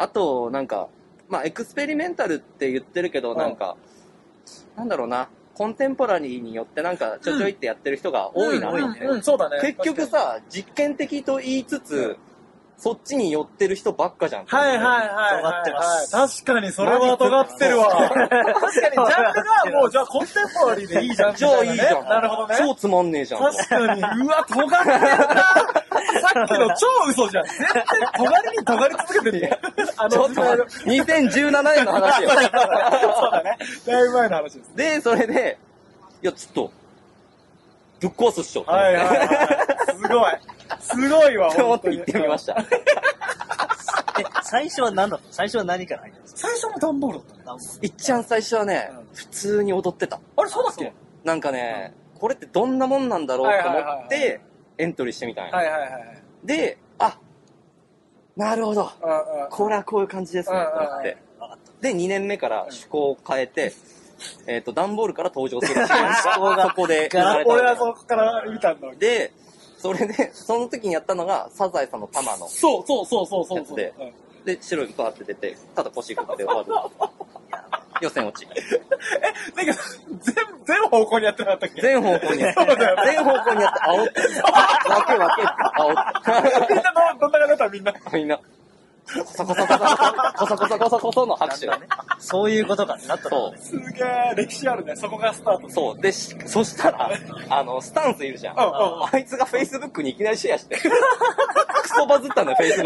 あと、なんか、まあエクスペリメンタルって言ってるけど、うんなんか、なんだろうな、コンテンポラリーによってなんかちょちょいってやってる人が多いな、うんみたいなうん、そうだね。結局さ、実験的と言いつつ、そっちに寄ってる人ばっかじゃん。はいはいはいはい。尖ってます確かに、それは尖ってるわ。確かに、ジャンルがもう、じゃあコンテンポラリーでいいじゃん。じゃあいいじゃん。なるほどね。超つまんねえじゃん。確 かに、うわ、尖ってるなさっきの超嘘じゃん。絶対尖りに尖り続けてるよ。あちょのっ時と代待の、って、2017年の 話よ。そうだね。だいぶ前の話です。で、それで、いや、ちょっと、ぶっ壊すっしょ。はいはいはい。すごい。すごい わ、 って思本って当行にっ。てみました。え、最初は何だったの最初は何から入ったんです最初の段ボールだったかね。いっちゃん最初はねうん、普通に踊ってた。あれ、そうだっけなんかね、これってどんなもんなんだろうとはい思っはいはいて、エントリーしてみたんはや。いはいはい。で、あ、なるほど。うんうんこれはこういう感じですね、うんうんと思って。わかった。で、2年目から趣向を変えて、えっ、と、段ボールから登場す る。趣向がそこで生まれた俺はそこから見たんだ。で、それで、 その時にやったのが、サザエさんの玉の。そうそうそうそうそうやそつう。でうんで、白いバーって出て、ただ腰振って終わる。予選落ち。だけど、全、全方向にやってなかったっけ全方向にやってそうだよね全方向にやって、煽って。わけわけ、煽っみんなど、どんな感じだったみんな。て。みんな、コサコサコサ、コサコサコサコサの拍手だんだんね。そういうことかってなったのそね。う。すげえ、歴史あるね。そこがスタート。そう。で、しそしたら、あの、スタンスいるじゃん。うんうんうんあいつが Facebook にいきなりシェアして。クソバズったん だよ、Facebook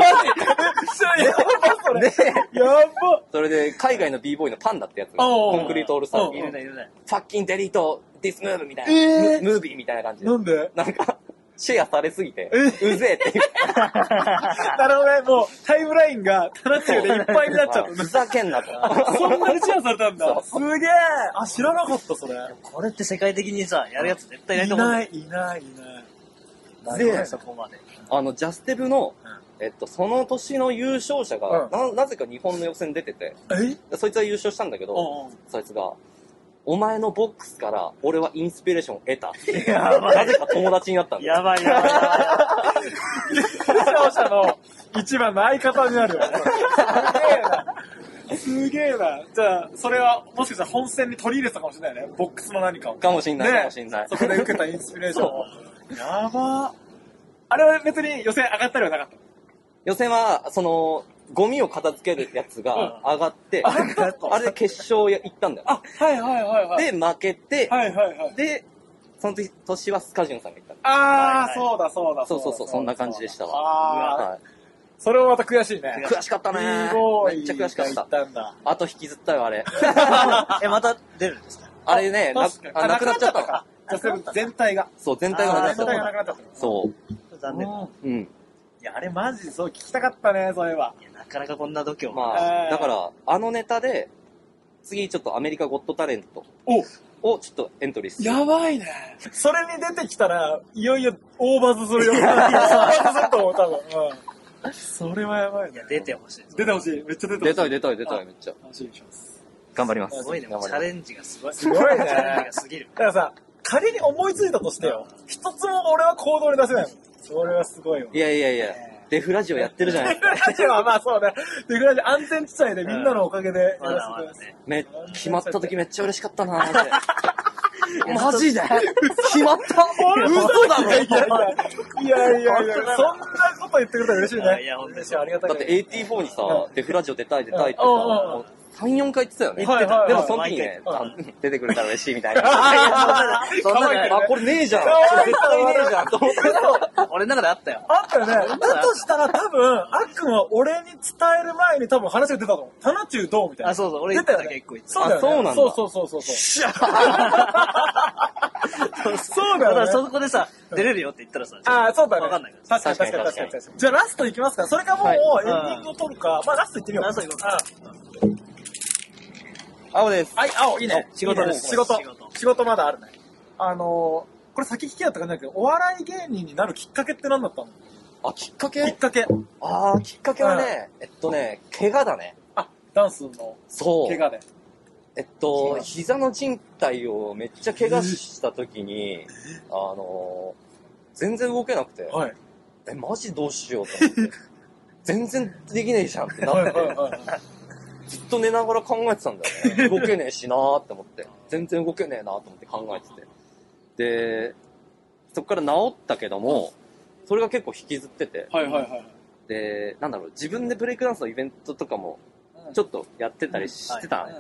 え、やばそれ。で。で、やばそれで、海外の b ボーイのパンダってやつ、おうおうコンクリートオールスターにいるね、いるね。ファッキンデリート、ディスムーブみたいな、えームムービーみたいな感じでな、んでなんか、シェアされすぎて、えうぜえっていう。なるほどね。もう、タイムラインが、タラチュでいっぱいになっちゃっふざけんなと。た。そんなにシェアされたんだ。 すげえ。あ、知らなかった、それ。これって世界的にさ、やるやつ絶対いないいと思うんだなよ。い、いない、いない。なるほどねそこまで。あの、ジャステブの、えっと、その年の優勝者が、うんななぜか日本の予選出てて、えそいつは優勝したんだけど、おうそいつが、お前のボックスから俺はインスピレーションを得た。やばいなぜか友達になったんだよ。やばいやばいやばい。優勝者 の一番の相方になるよ。すげえな。すげえな。じゃあ、それは、もしかしたら本戦に取り入れてたかもしれないね。ボックスの何かを。かもしんない、ねかもしんない。そこで受けたインスピレーションを。やばあれは別に予選上がったりはなかった。予選は、その、ゴミを片付けるやつが上がって、あれで決勝や行ったんだよ。あ、はいはいはいはで、負けて、はいはいはい。で、その時年はスカジュンさんが行ったんだあはいはいー、そうだそうだそうそうそう、そんな感じでしたあー、わ。はそれはまた悔しいね。い、悔しかったねすごい。めっちゃ悔しかっ言たっ。たんだ。あと引きずったよ、あれ。え、また出るんですかあれね、な確かにあなくなっちゃったの。か。じゃあそれ全体が。そう、全体がなくなっ全ちゃ体がったなくなっちゃった。そ残念だ。う。うん。いや、あれマジでそう聞きたかったね、それは。いやなかなかこんな度胸。まえあ、ーだから、あのネタで、次ちょっとアメリカゴッドタレントおをちょっとエントリーする。ばいね。それに出てきたら、いよいよ大バズするよ。大バズすると思う、多分。うん。それはやばいいねや、。出てほしい。出てほしい。めっちゃ出てほしい。出たい出たい出たい、めっちゃ。楽しみにします。頑張りますす。ごいね。チ頑張ャります。レンジがすごい。すごいねチャレンジがすぎる。だからさ、仮に思いついたとしてよ、一つも俺は行動に出せないもん。それはすごいわ。いやいやいや、デフラジオやってるじゃないですか。ラジオはまあそうね。で、ぐらいで安全地帯でみんなのおかげ で、まだまだね。め、決まった時めっちゃ嬉しかったなー って。マジで決まった嘘だろいやいやいや、そんなこと言ってくれたら嬉しいね。いや本当にありがたいだっね。て AT4 にさ、デフラジオ出たい出たいってさ、うんうんうんもう3、4回言ってたよね。はいはいはいでもその時にね、毎あ出てくれたら嬉しいみた いな。あいやそん可な愛のいねそんあ、これねえじゃん可愛い絶対ねえじゃんと思って。なの俺の中であったよ。あったよね。だとしたら多分、あっくんは俺に伝える前に多分話が出たと思う。タナチュウどうみたいな。あ、そうそう。俺言出ったてよたね結。構言ってそうだよね。あそうなんだそうそうそうそうそう。た。そうだよねからそこでさ、出れるよって言ったらさ、ああ、そうだね。わかんないから。確かに確かに確かに確確かに。じゃあラストいきますか。それかもうはいエンディングを取るか。まあラストいってみよう。ラスト行こう青です。はい、青、いいね。仕事です仕事仕事。仕事まだあるね。あのこれ先聞きだったかじだけど、お笑い芸人になるきっかけって何だったのあ、きっかきっけかけ。ああ、きっかけはね、えっとね、怪我だね。あ、ダンスのそう。怪我で。えっ怪と、我膝の靭帯をめっちゃ怪我した時に、あのー、全然動けなくて、はい。え、マジどうしようと 思って。全然できねえじゃんってなはいはっいはいて、はい。ずっと寝ながら考えてたんだ よね。動けねえしなーって思って。全然動けねえなーと思って考えてて。で、そこから治ったけども、それが結構引きずってて、はいはいはい。で、なんだろう、自分でブレイクダンスのイベントとかもちょっとやってたりしてたはい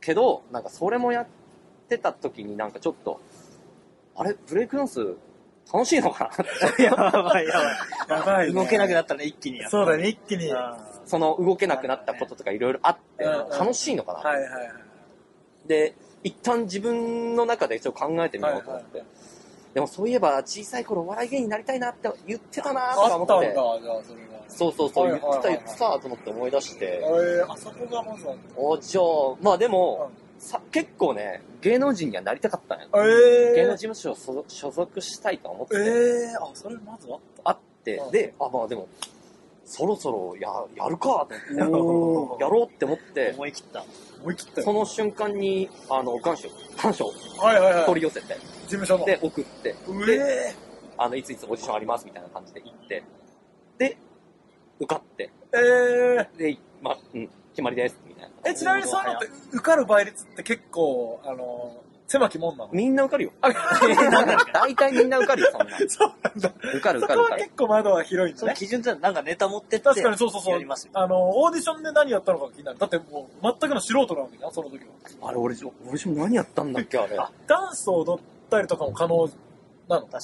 けど、なんかそれもやってた時になんかちょっと、あれ、ブレイクダンス楽しいのか な やばいややばばいい。ね。動けなくなったら一気にやそうだね、一気に。うんはその動けなくなったこととかいろいろあって、うんうん楽しいのかな、いはいはい。で、一旦自分の中でちょっと考えてみようと思って。はいでもそういえば小さい頃お笑い芸人になりたいなって言ってたなーとかあ思ったっんだ、てじゃ。あそれが。そうそうそう、はい言はっいはいはいてた言ってたと思って思い出して。えーあそこがまずなんだ。おじゃあ、まあでも、さ結構ね、芸能人にはなりたかったのよ。え芸能事務所を所所属したいとは思ってえて、えー、あ、それまずはあってうん、で、あ、まあでも、そろそろややるかとお思ーっ て、やろうって思って、思い切った。思い切ったそよ。の瞬間に、あの、願書、願書をはいはいはい。取り寄せて、事務所の。で、送って、うえあの、いついつオーディションありますみたいな感じで行って、で、受かって、ー、えー、で、まあ、うん、決まりです、みたいな。え、ちなみにそういうのって、受かる倍率って結構、あのー、狭きもんなのみんな受かるよ。あ 大体みんな受かるよ、そんな。そうなんだ。受かるそこ受かる受かはる結。構窓は広いんそのだね。基準ってなんかネタ持ってって。確かにそうそうそやうりますよ。あのー、オーディションで何やったのか気になる。だってもう、全くの素人なわけじゃん、その時は。あれ、俺、俺しも何やったんだっけ、あれ。ダダンスを踊ったりとかも可能なの確か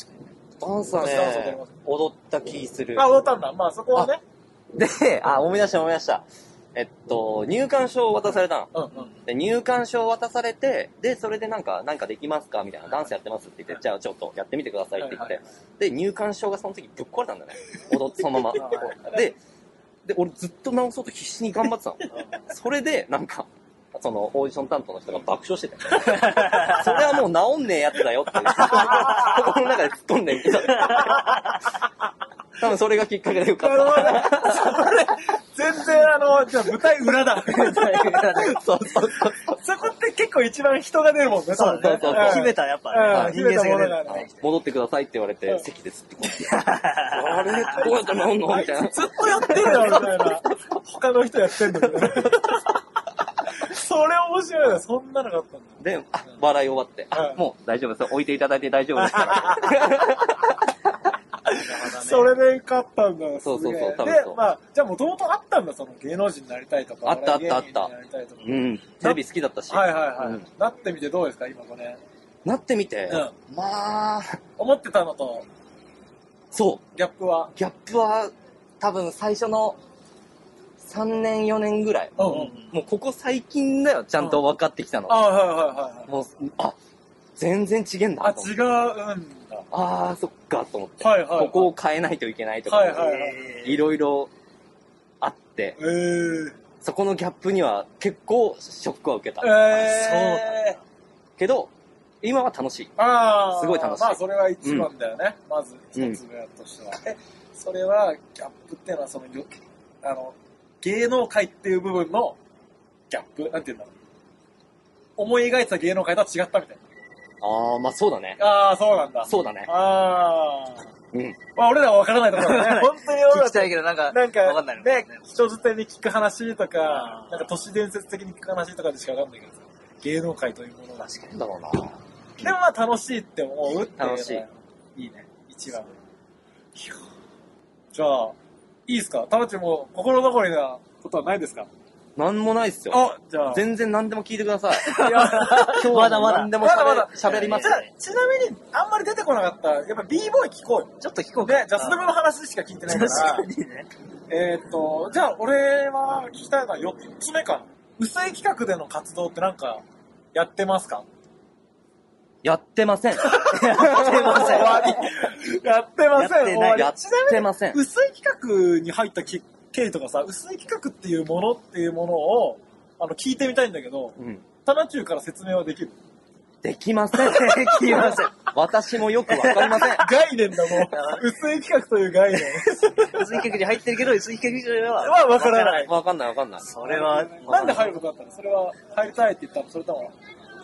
にね。ンスは私ダンス踊りねま、踊った気する。あ、踊ったんだ。まあそこはね。 で、あ、思い出した思い出した。えっと、入館証を渡されたの。うんうん。で、入館証を渡されて、で、それでなんか、なんかできますかみたいな、ダンスやってますって言って、じゃあちょっとやってみてくださいって言っはいて。で、入館証がその時ぶっ壊れたんだね。 踊って、そのまま。で、で、俺ずっと直そうと必死に頑張ってたの。それで、なんか、その、オーディション担当の人が爆笑 してて。それはもう治んねえやつだよっていう、心の中で突っ込んでみ てた多分それがきっかけで受かなっるたほ。どね。それ、全然あの、じゃあ舞台裏だ。 そうそうそう。そこって結構一番人が出るもんね。そうだねそうそうそう秘めたらやっぱうんね、人間性が出秘めたものがるね。はい戻ってくださいって言われうてん、席ですってこう。あれどうやって治んのあみいつ たいな。ずっとやってるだろ、みたいな。他の人やってんのみたいな。それ面白いな。そんなのがあったんだ。で、あ、笑い終わって、あう、んもう大丈夫です。置いていただいて大丈夫です から。それで勝ったんだ。そうそうそうすげえ多分でそ、うまあ、じゃあもともとあったんだ、その芸能人になりたいとか。あったあったあったお笑い芸人になりたいとかうん。テレビ好きだったし。はいはいはうんい。なってみてどうですか、今5年。なってみてうん、まあ、思ってたのと、そう。ギャップは。ギャップは、多分最初の3年4年ぐらい。うんもうここ最近だよ、ちゃんと分かってきたのあ。はいはいはいはい。もう、あ、全然違えんあ、だと思違って。うんだ。ああ、そっか、と思って。はいはいはいここを変えないといけないとか。はいはいはいいろいろあって、えー。そこのギャップには結構ショックは受けた。えー。けど、今は楽しい。ああ。すごい楽しいまあ、それは一番だよね。まず、一つ目としては。え、それは、ギャップっていうのは、その、よあの、芸能界っていう部分の、ギャップなんていうんだろう。思い描いてた芸能界とは違ったみたいああ、まあそうだね。な。ああ、そうなんだ。そうだね。ああ。うん。まあ、俺らは分からないところだね。本当に俺聞らきたいけど、なんか、 なんわかか、んないのねね、人伝に聞く話とあかー、なんか都市伝説的に聞く話とかでしかわかんないけどさ、芸能界というものが。なんだろうな。でもまあ楽しいって思うっていうのが楽しい。いいね、一番。じゃあ、いいですか田町も心残りなことはないですかなんもないっすよ。あ、じゃあ。全然何でも聞いてください。いや今日まだまだ何でもまだまだ喋喋りまじすゃ。あちなみに、あんまり出てこなかった、やっぱ b ボーイ聞こうよ。ちょっと聞こうねか。、ジャスダムの話しか聞いてないか確らか。にね。えーっと、じゃあ俺は聞きたいのは4つ目かな。薄い企画での活動ってなんかやってますかやってません。でも終わさりやってませやってん。ない終やわっりちなみてに、ません。薄い企画に入ったき経緯とかさ、薄い企画っていうものっていうものをあの聞いてみたいんだけど、うん。タナチューから説明はできるできません。できません。私もよくわかりません。概念だもん。薄い企画という概念。薄い企画に入ってるけど、薄い企画じゃはわからないわかんないわかんない。それは、なんで入ることだったのそれは、入りたいって言ったのそれとも、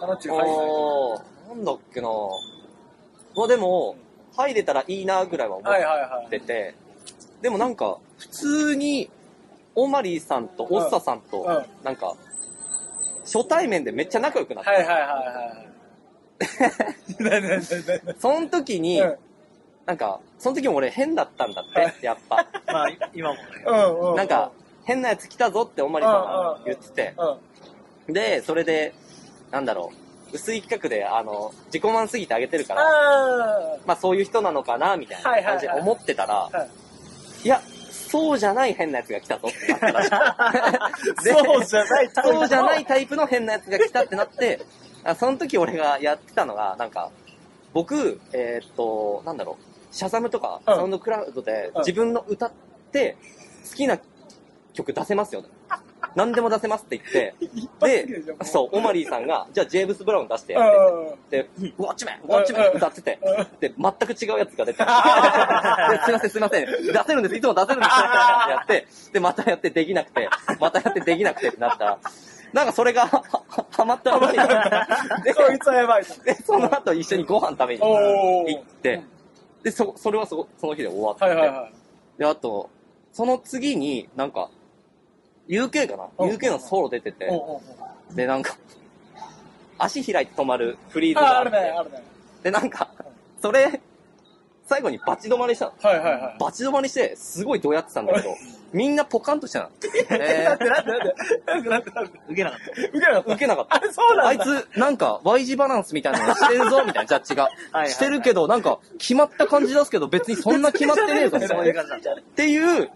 タナッチが入りたいおーなんだっけなまあでも、入れたらいいなぐらいは思はいっはいはてて、でもなんか、普通に、オマリーさんとオッサさんとうんうん、なんか、初対面でめっちゃ仲良くなっい。はいて、はいはいはい。なになになになにその時に、うんなんか、その時も俺変だったんだって、やっぱ。まあ、今もね。うんうん。なんか、、変なやつ来たぞってオマリーさんが言ってて、うん。で、それで、なんだろう、薄い企画で、あの、自己満すぎてあげてるから、あまあそういう人なのかな、みたいな感じではいはいはい思ってたらはい、いや、そうじゃない変なやつが来たぞってなったらしー でそうじゃない、。い、そうじゃないいタイプの変なやつが来たってなって、あその時俺がやってたのが、なんか、僕、えーっと、なんだろう、シャザムとか、うんサウンドクラウドでうん自分の歌って、好きな曲出せますよ、ね。何でも出せますって言 って、でで、そう、オマリーさんが、じゃあジェームス・ブラウン出してうやんってうんうん。で、ウォッチメンウォッチメン歌っててうんうん、で、全く違うやつが出 て、ですいませんすいません、出せるんです、いつも出せるんですってやって、で、またやってできなくて、またやってできなくてってなったら、なんかそれが、は、ははまったらしいこいつはやばいと。で、で、その後一緒にご飯食べにおー行って、で、そ、それはそ、その日で終わって、はいはいはい。で、あと、その次になんか、UK かなうん ?UK のソロ出てて、おうおうおうで、なんか、足開いて止まるフリーズあ、がああっるてね、あるね。で、なんか、それ、最後にバチ止まりしたの。はいはいはい。バチ止まりして、すごいどうやってたんだけど、みんなポカンとしてたの。なんでなんでなんでなんでなんで受けなかった。受けなかった受けなかっあた。れそうあなんいだ。つ、なんか、Y 字バランスみたいなのしてるぞ、みたいなジャッジがいは。いしてるけど、なんか、決まった感じ出すけど、別にそんな決まってねえぞ、みたそういいうな。感じだった。っていう、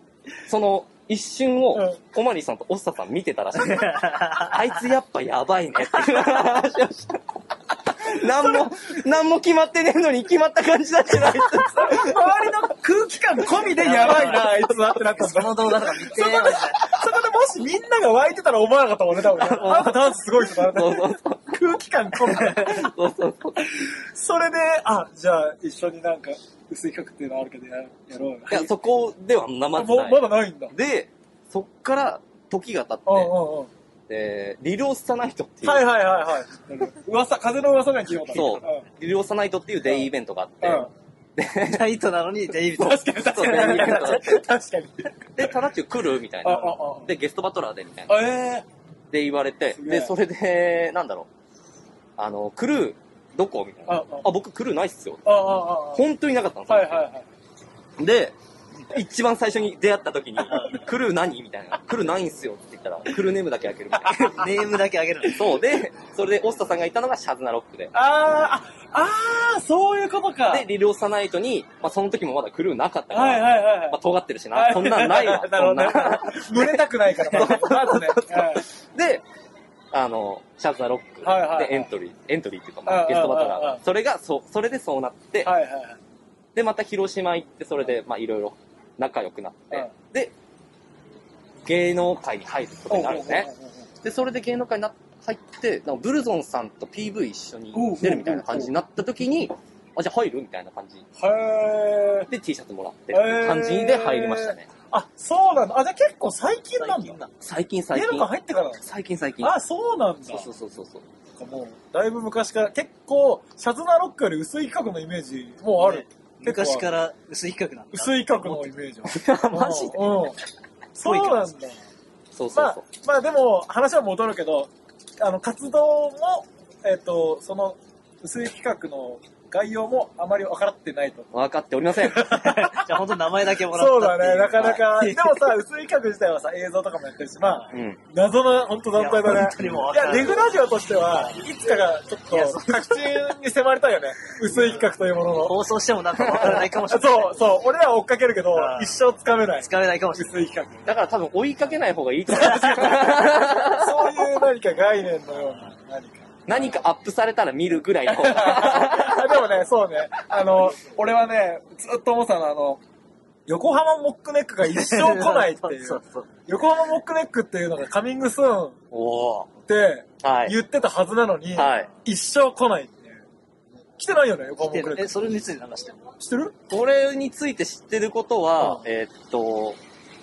その、一瞬をうん、オマリーさんとオッサさん見てたらしい。 あいつやっぱやばいね、っていう話をした。なんも、なんも決まってねえのに決まった感じだってない周りの空気感込みでやばいな、あいつはってなったんそだ。の動画とか見てそこで、そこでもしみんなが湧いてたら思わなかったもんね、多分ね。あんたダンスすごい人だなそうそうそう。空気感込みで。 そうそうそう。それで、あ、じゃあ一緒になんか薄い企画っていうのあるけどややろうよ。いや、そこではなまずもなうい。まだないんだ。で、そっから時が経ってうん、うんうん。えーリル・オッサナイトっていう、はいはいはいはい。噂、風の噂が聞いたことある。そうリル・オッサナイトっていうデイイベントがあって、うん。うん。タイトなのに、デイビッド。確かに確かに。確かに。で、タラチュー来るみたいあ、あ、な。あ。で、ゲストバトラーでみたいな。あえで、言われて、すげえで、それで、なんだろう。あの、クルー、どこみたいな。あああ僕クルーないっすよ。ー、あ、あ、あ、あ。本当になかったの。そのは時いはいはい。で、一番最初に出会った時に、クルー何みたいな。クルーないんすよって言ったら、クルーネームだけ開けるみたい な。ネームだけあげるの。そうで、それでオッサさんがいたのがシャズナロックで。あー、あ、あー、そういうことか。で、リルオサナイトに、まあ、その時もまだクルーなかったから、はいはいはいはい。まあ、尖ってるしは、な、そんなんないわ なるそほんどねな。。群れたくない から、まずね。で、あの、シャツザロックで、はいはいはいエントリー、エントリーっていうか、うんうんまうんあ、ゲストバトラーが、それが、そう、それでそうなって、はいはいはい。で、また広島行って、それで、まあ、いろいろ仲良くなって、うんで、芸能界に入ることになるんですね。で、それで芸能界にな入って、なんかブルゾンさんと PV 一緒に出るみたいな感じになった時に、あ、じゃあ入るみたいな感じへー。で T シャツもらってっていう感じで入りましたね。あ、そうなんだ。あ、じゃあ結構最近なんだ。最近最芸能界近。入ってから最近最近。あ、そうなんだ。そうそうそうそうそう。もう、だいぶ昔から、結構、シャツナロックより薄い企画のイメージ、もうある。昔から薄い企画なんだ。薄い企画のイメージは。 マジでうん。そうなんだ。そうそまうあそう。、まあでも、話は戻るけど、あの、活動も、えっ、と、その、薄い企画の概要もあまり分からってないと。分かっておりません。じゃあ本当名前だけもらったそうだっていね、なかなか。はでいもさ、薄い企画自体はさ、映像とかもやってるし、まあ、うん。謎の本当団い体だやね本。当にもうい分かや、らないレグラジオとしては、いつかがちょっいやとそう、確信に迫りたいよね。薄い企画というものの。放送してもなんかわからないかもしそれない。う、そう、俺らは追っかけるけどう、ん一生つかめない。使えないかもしれない。薄い企画。だから多分追いかけない方がいいと思います。 そういう何か概念のような、何か。何かアップされたら見るぐらいの方が。あでもね、そうね。あの、俺はね、ずっと思ってたのは、あの、横浜モックネックが一生来ないって いそうう。そうそう。横浜モックネックっていうのがカミングスーンっ おー。てはい。言ってたはずなのに、はい。一生来ないっていう。来てないよね、来横浜モてックるネッえ、それについて話してるク。してるこれについて知ってることはう、んえーっと、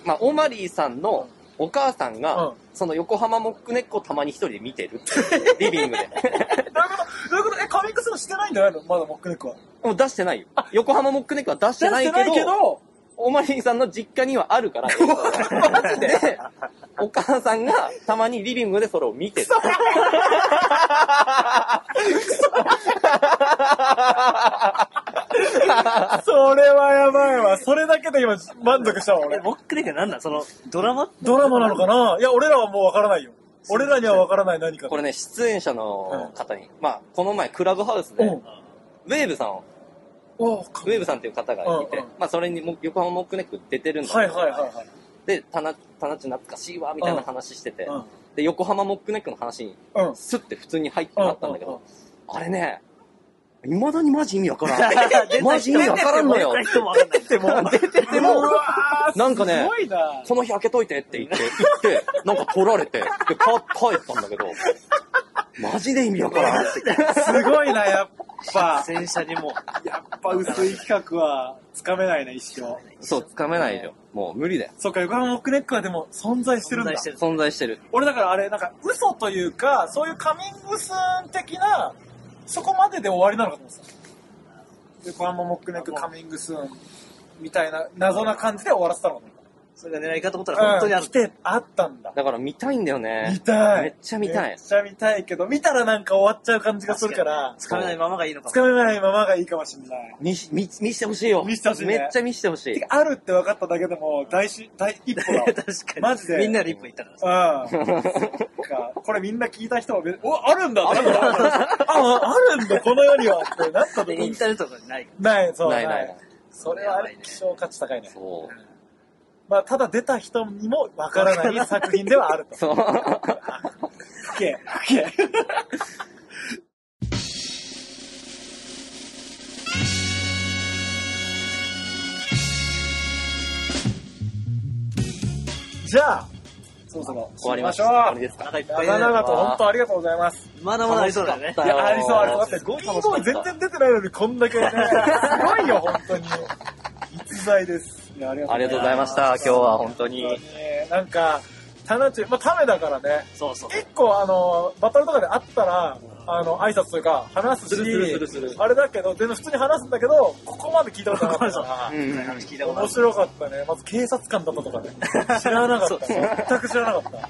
まあ、オマリーさんのお母さんうんが、その横浜モックネックをたまに一人で見てるっていう。リ ビングで。えどういうことどういうことえ、カミングスーンしてないんじゃないのまだモックネックは。もう出してないよ。横浜モックネックは出してないけど、ど、オマリーさんの実家にはある から。マジでで、お母さんがたまにリビングでそれを見てる。それはやばいわ。それだけで今満足したわ、え、俺。モックネックなんだその、ドラマドラマなのかないや、俺らはもうわからないよ。俺らにはわからない何か。 これね、出演者の方に、まあ、この前クラブハウスで、うウん。ェーブさんを、おうウェーブさんっていう方がいてうんうん、まあ、それにも横浜モックネック出てるんだけどはいはいはいはい。で、たな、たなち懐かしいわ、みたいな話してて、うんで、横浜モックネックの話に、うん。スッて普通に入ってなったんだけうんうどん、あれね、未だにマジ意味わから ん。 マジ意味わからんのよ。人もわかんない。 でも、出ててもなんかすねごいな。この日開けといてって言って、行って、なんか取られて、で、か帰ったんだけど、マジで意味わからんって。すごいな、やっぱ。戦車にも。やっぱ薄い企画はつかめないな、一生。そう、つかめないよ。もう無理だよ。そっか、横浜モックネックはでも存在してるんだ存在。してる存在してる。俺だからあれ、なんか嘘というか、そういうカミングスーン的な、そこまでで終わりなのかと思ってた。横浜モックネックカミングスーンみたいな謎な感じで終わらせたのかと思っそれが狙いかと思ったたら本当にあうんる来。て、あったんだ。だから見たいんだよ見ね。たい。めっちゃ見ためいっ。ちゃ見たいけど、見たらなんか終わっちゃう感じがするから、つかめないままがいいのかつかめないままがいいかもしんない。見し、見、見してほしいよ。見してほしいねめっちゃ見してほしていか。あるって分かっただけでも、大し、大一歩だも。わ確かに。マジでみんなで一本行ったから。うん。かこれみんな聞いた人は別、お、あるんだあるんだあ、あるんだこの世にはってなったで、イン時ターネットとかにないかない、そう。ないないない。それはあれ、希少価値高いね。そまあ、ただ出た人にもわからない作品ではある う。と。そう。ふけ、ふけ。じゃあ、そろそろ終わりました。終終わわりりましょでら。すおか。腹いっう。ぱい長々とで。本当ありがとうございます。まだまだありそうだよね。いや、ありそう、ありそう。だって、すごゴいキ楽しゴかイった全然出てないのに、こんだけね。すごいよ、本当に。逸材です。いやありありがとうございました。今日は本当に。ねなんか、タナチュ、まあ、タメだからね。そうそう。結構、あの、バトルとかで会ったら、あの、挨拶というか、話すすし、るするするするあれだけど、全然普通に話すんだけど、ここまで聞いたことなかったから。うんうん話聞いたことあ面る。白かったね。まず警察官だったとかね。知らなかそうった。全く知らなかっもう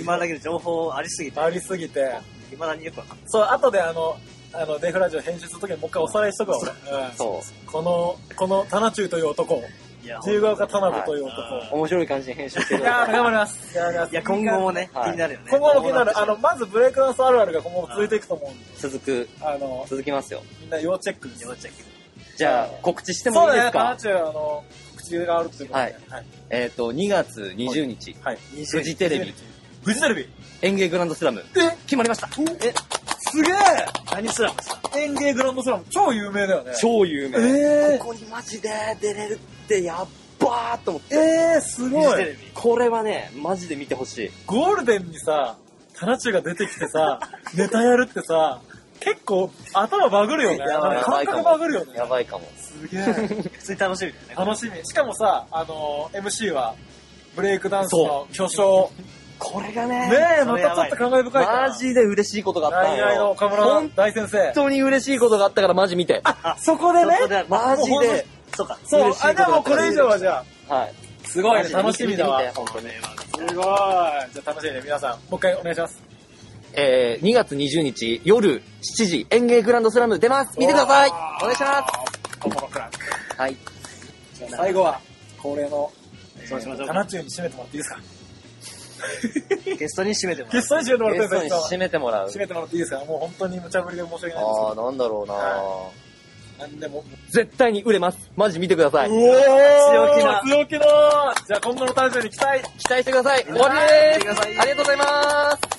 今だけの情報ありすぎて、た。ありすぎて。未だによくわかんない。そう、後であの、あの、デフラジオ編集するときにもう一回おさらいしとくわ。うんそこの、この、タナチュウという男、いや、自由が丘タナブという男。はい面白い感じに編集している。やー、頑張ります。頑張ります。いや今後もね、気はいになるよね。今後も気になる。どうあの、まずブレイクダンスあるあるが今後も続いていくと思うんで、続く、あの、続きますよ。みんな要チェックでっすて。ますよっちゃじゃあ、告知してそもういだいですね、タナかチュウ、あの、口があるっていうことで。はいはい。えっと、2月20日、はい。フジテレビ、フジテレビ演芸グランドスラム、え決まりましたえ、すげえう何すらもさ、演芸グランドスラム、超有名だよね。超有名。えーここにマジで出れるってやっばーと思って。えー、すフジごテいレ。ビ。これはね、マジで見てほしい。ゴールデンにさ、タナチュウが出てきてさ、ネタやるってさ、結構頭バグるよね。やばいなんか感覚バグるよね。やばいかも。すげえ。普通に楽しみだよね。楽しみ。しかもさ、あの MC は、ブレイクダンスの巨匠。これがね、ねえ、そまれたやちょばっいと感慨深いから。マジで嬉しいことがあったナんイよ。ナイの岡村本大先生。当に嬉しいことがあったからマジ見て。あ、そこでね。そこでマジもうほんでと。そうか。そう嬉しいこ、とあ、じゃあもうこれ以上はじゃあ、はい。すごいマね、ジで楽しみだわ。見てす見て見て本当に。ごい。じゃあ楽しみで皆さん、もう一回お願いします。えー、2月20日夜7時、演芸グランドスラム出ます見てくださいお願いしまおもろくなくすはい。じゃあ最後は、恒例の、そうしましょうタナチュウに締めてもらっていいですかゲストに締めてもらゲうス。トに締めてもらゲっていいストですにか締めてもらう締。めてもらっていいですかもう本当に無茶ぶりで申し訳ないんですあー、なんだろうなはけど。なんでも。絶対に売れますマジ見てください期強強気な強気なじゃあ今後の誕生に期待待してください終わり見てくでだすさいありがとうございます